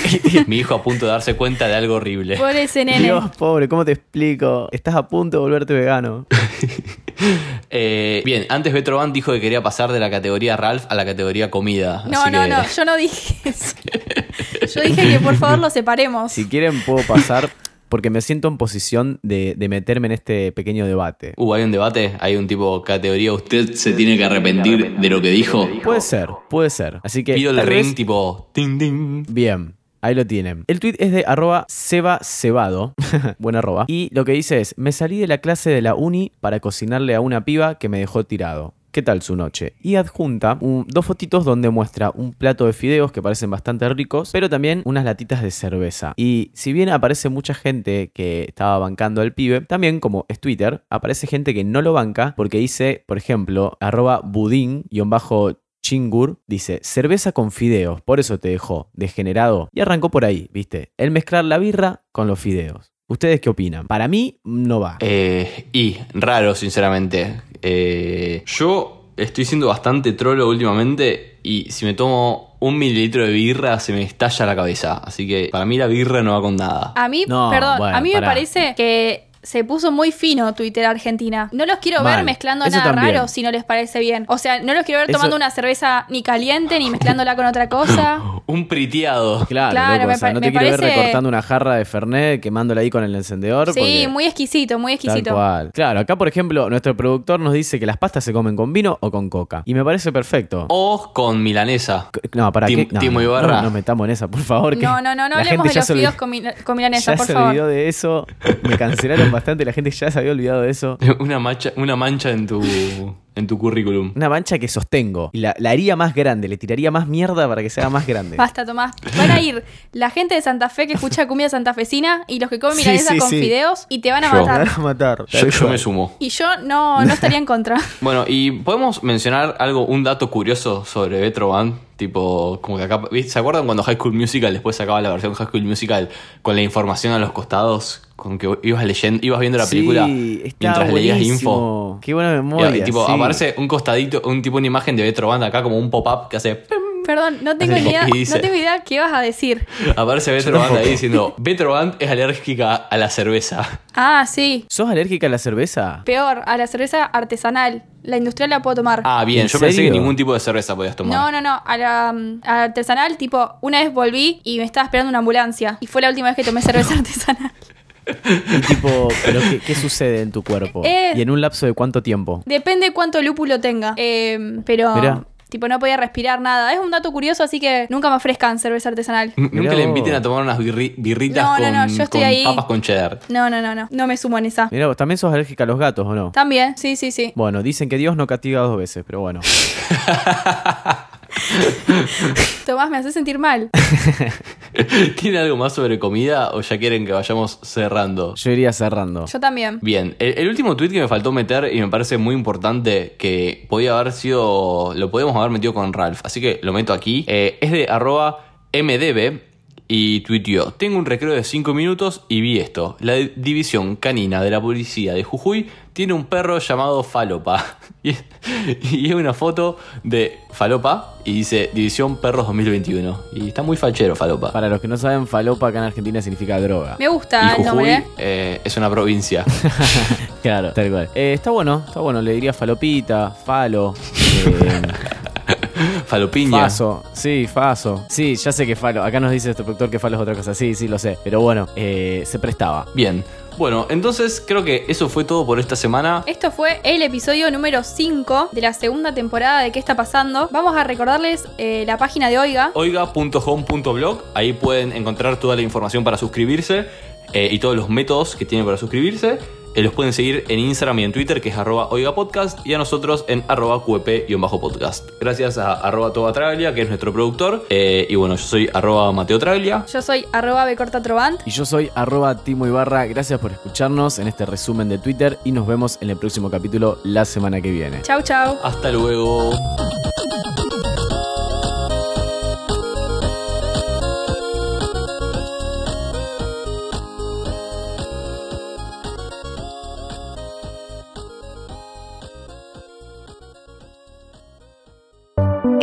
Speaker 2: Mi hijo a punto de darse cuenta de algo horrible.
Speaker 1: por ese nene.
Speaker 3: Dios, pobre, ¿cómo te explico? Estás a punto de volverte vegano.
Speaker 2: Eh, bien, antes Beto Van dijo que quería pasar de la categoría Ralph a la categoría comida.
Speaker 1: No,
Speaker 2: así
Speaker 1: no,
Speaker 2: que-
Speaker 1: no, yo no dije eso. Yo dije que por favor lo separemos.
Speaker 3: Si quieren puedo pasar porque me siento en posición de, de meterme en este pequeño debate.
Speaker 2: Uh, hay un debate, hay un tipo categoría. Usted se tiene que arrepentir de lo que dijo.
Speaker 3: Puede ser, puede ser. Así que.
Speaker 2: Uh. Pido el
Speaker 3: tal vez-
Speaker 2: ring, tipo. Ting, ting.
Speaker 3: Bien. Ahí lo tienen. El tweet es de arroba seba cebado. Buen arroba. Y lo que dice es: Me salí de la clase de la uni para cocinarle a una piba que me dejó tirado. ¿Qué tal su noche? Y adjunta un- dos fotitos donde muestra un plato de fideos que parecen bastante ricos, pero también unas latitas de cerveza. Y si bien aparece mucha gente que estaba bancando al pibe, también como es Twitter, aparece gente que no lo banca porque dice, por ejemplo, arroba budín-bajo Chingur dice, cerveza con fideos, por eso te dejó, degenerado. Y arrancó por ahí, ¿viste? El mezclar la birra con los fideos. ¿Ustedes qué opinan? Para mí, no va.
Speaker 2: Eh, y raro, sinceramente. Eh, yo estoy siendo bastante trolo últimamente y si me tomo un mililitro de birra se me estalla la cabeza. Así que para mí la birra no va con nada.
Speaker 1: A mí,
Speaker 3: No,
Speaker 1: perdón,
Speaker 3: bueno,
Speaker 1: a mí
Speaker 3: pará.
Speaker 1: me parece que se puso muy fino Twitter Argentina. No los quiero
Speaker 3: Mal.
Speaker 1: ver mezclando
Speaker 3: Eso
Speaker 1: nada
Speaker 3: también.
Speaker 1: raro si no les parece bien. O sea, no los quiero ver
Speaker 3: Eso-
Speaker 1: tomando una cerveza ni caliente ni mezclándola con otra cosa.
Speaker 2: Un priteado.
Speaker 3: Claro,
Speaker 1: claro,
Speaker 3: loco, o
Speaker 1: me
Speaker 3: sea,
Speaker 1: pa-
Speaker 3: no te
Speaker 1: me
Speaker 3: quiero ver
Speaker 1: parece-
Speaker 3: recortando una jarra de Fernet, quemándola ahí con el encendedor.
Speaker 1: Sí,
Speaker 3: porque-
Speaker 1: muy exquisito, muy
Speaker 3: Tal
Speaker 1: exquisito.
Speaker 3: cual. Claro, acá por ejemplo, nuestro productor nos dice que las pastas se comen con vino o con coca. Y me parece perfecto.
Speaker 2: O con milanesa.
Speaker 3: No, para
Speaker 2: Oh, Tim-
Speaker 3: qué. No,
Speaker 2: Timo
Speaker 3: no,
Speaker 2: Ibarra.
Speaker 3: no nos metamos en esa, por favor. que
Speaker 1: No, no, no, no
Speaker 3: la
Speaker 1: hablemos
Speaker 3: gente
Speaker 1: de
Speaker 3: ya
Speaker 1: los
Speaker 3: se olvidó-
Speaker 1: fideos con, mi- con milanesa,
Speaker 3: ya
Speaker 1: por
Speaker 3: se
Speaker 1: favor.
Speaker 3: olvidó de eso. Me cancelaron bastante. La gente ya se había olvidado de eso.
Speaker 2: Una mancha, una mancha en tu, en tu currículum.
Speaker 3: Una mancha que sostengo. Y la, la haría más grande. Le tiraría más mierda para que sea más grande.
Speaker 1: Basta, Tomás. Van a ir la gente de Santa Fe que escucha cumbia santafesina y los que comen
Speaker 3: Sí,
Speaker 1: milanesa
Speaker 3: sí,
Speaker 1: con
Speaker 3: sí.
Speaker 1: fideos y te van a
Speaker 2: Yo.
Speaker 1: matar.
Speaker 3: a matar.
Speaker 2: Yo, yo me sumo.
Speaker 1: Y yo no, no estaría en contra.
Speaker 2: Bueno, y podemos mencionar algo, un dato curioso sobre Retro Band. Tipo, como que acá. ¿viste? ¿Se acuerdan cuando High School Musical después sacaba la versión High School Musical con la información a los costados? Con que ibas leyendo, ibas viendo la película mientras leías info.
Speaker 3: Qué buena
Speaker 2: Y,
Speaker 3: memoria.
Speaker 2: y, tipo,
Speaker 3: sí.
Speaker 2: aparece un costadito, un tipo, una imagen de Retro Band acá como un pop-up que hace. pim.
Speaker 1: Perdón, no tengo
Speaker 2: Sí.
Speaker 1: ni idea,
Speaker 2: Y dice-
Speaker 1: no tengo idea qué vas a decir.
Speaker 2: Aparece Retro Band ahí diciendo: Retro Band es alérgica a la cerveza.
Speaker 1: Ah, sí.
Speaker 3: ¿Sos alérgica a la cerveza?
Speaker 1: Peor, a la cerveza artesanal. La industrial la puedo tomar.
Speaker 2: Ah, bien,
Speaker 3: ¿En
Speaker 2: yo pensé que
Speaker 3: serio?
Speaker 2: ningún tipo de cerveza podías tomar.
Speaker 1: No, no, no. A la mm, a la artesanal, tipo, una vez volví y me estaba esperando una ambulancia. Y fue la última vez que tomé cerveza artesanal.
Speaker 3: Y tipo, ¿pero qué, qué sucede en tu cuerpo?
Speaker 1: Eh.
Speaker 3: ¿Y en un lapso de cuánto tiempo?
Speaker 1: Depende cuánto lúpulo tenga. Eh, pero,
Speaker 3: Mirá.
Speaker 1: tipo, no podía respirar nada. Es un dato curioso, así que nunca me ofrezcan cerveza artesanal.
Speaker 2: N- Nunca
Speaker 3: Mirá
Speaker 2: le
Speaker 3: vos.
Speaker 2: inviten a tomar unas birri- birritas
Speaker 1: No, no,
Speaker 2: con,
Speaker 1: no, yo estoy
Speaker 2: con
Speaker 1: ahí.
Speaker 2: papas con cheddar.
Speaker 1: No, no, no, no. No me sumo en esa.
Speaker 3: Mira, vos también sos alérgica a los gatos, ¿o no?
Speaker 1: También, sí, sí, sí.
Speaker 3: Bueno, dicen que Dios no castiga dos veces, pero bueno.
Speaker 1: Tomás, me hace sentir mal.
Speaker 2: ¿Tiene algo más sobre comida o ya quieren que vayamos cerrando?
Speaker 3: Yo iría cerrando.
Speaker 1: Yo también.
Speaker 2: Bien, el, el último tweet que me faltó meter y me parece muy importante que podía haber sido, lo podemos haber metido con Ralph, así que lo meto aquí, Eh, es de arroba mdb y tuiteó, tengo un recreo de 5 minutos y vi esto, la di- división canina de la policía de Jujuy tiene un perro llamado Falopa y, es- y es una foto de Falopa y dice división perros 2021 y está muy fachero Falopa.
Speaker 3: Para los que no saben, falopa acá en Argentina significa droga.
Speaker 1: Me
Speaker 2: Y
Speaker 1: gusta el nombre.
Speaker 2: Jujuy
Speaker 1: ¿eh?
Speaker 2: eh, es una provincia.
Speaker 3: Claro, tal cual. Eh, está bueno, está bueno. Le diría falopita, falo, eh,
Speaker 2: Falopiña.
Speaker 3: faso. Sí, faso. Sí, ya sé que falo. Acá nos dice este productor que falo es otra cosa. Sí, sí, lo sé. Pero bueno, eh, se prestaba.
Speaker 2: Bien. Bueno, entonces creo que eso fue todo por esta semana.
Speaker 1: Esto fue el episodio número 5 de la segunda temporada de ¿Qué está pasando? Vamos a recordarles eh, la página de Oiga.
Speaker 2: oiga.home.blog, ahí pueden encontrar toda la información para suscribirse eh, y todos los métodos que tienen para suscribirse. Eh, los pueden seguir en Instagram y en Twitter, que es arroba oigapodcast, y a nosotros en arroba qep-podcast. Gracias a arroba Toba Traglia, que es nuestro productor. Eh, y bueno, yo soy arroba Mateo Traglia.
Speaker 1: Yo soy arroba becortatrobant.
Speaker 3: Y yo soy arroba Timo Ibarra. Gracias por escucharnos en este resumen de Twitter y nos vemos en el próximo capítulo la semana que viene.
Speaker 1: Chau, chau.
Speaker 2: Hasta luego.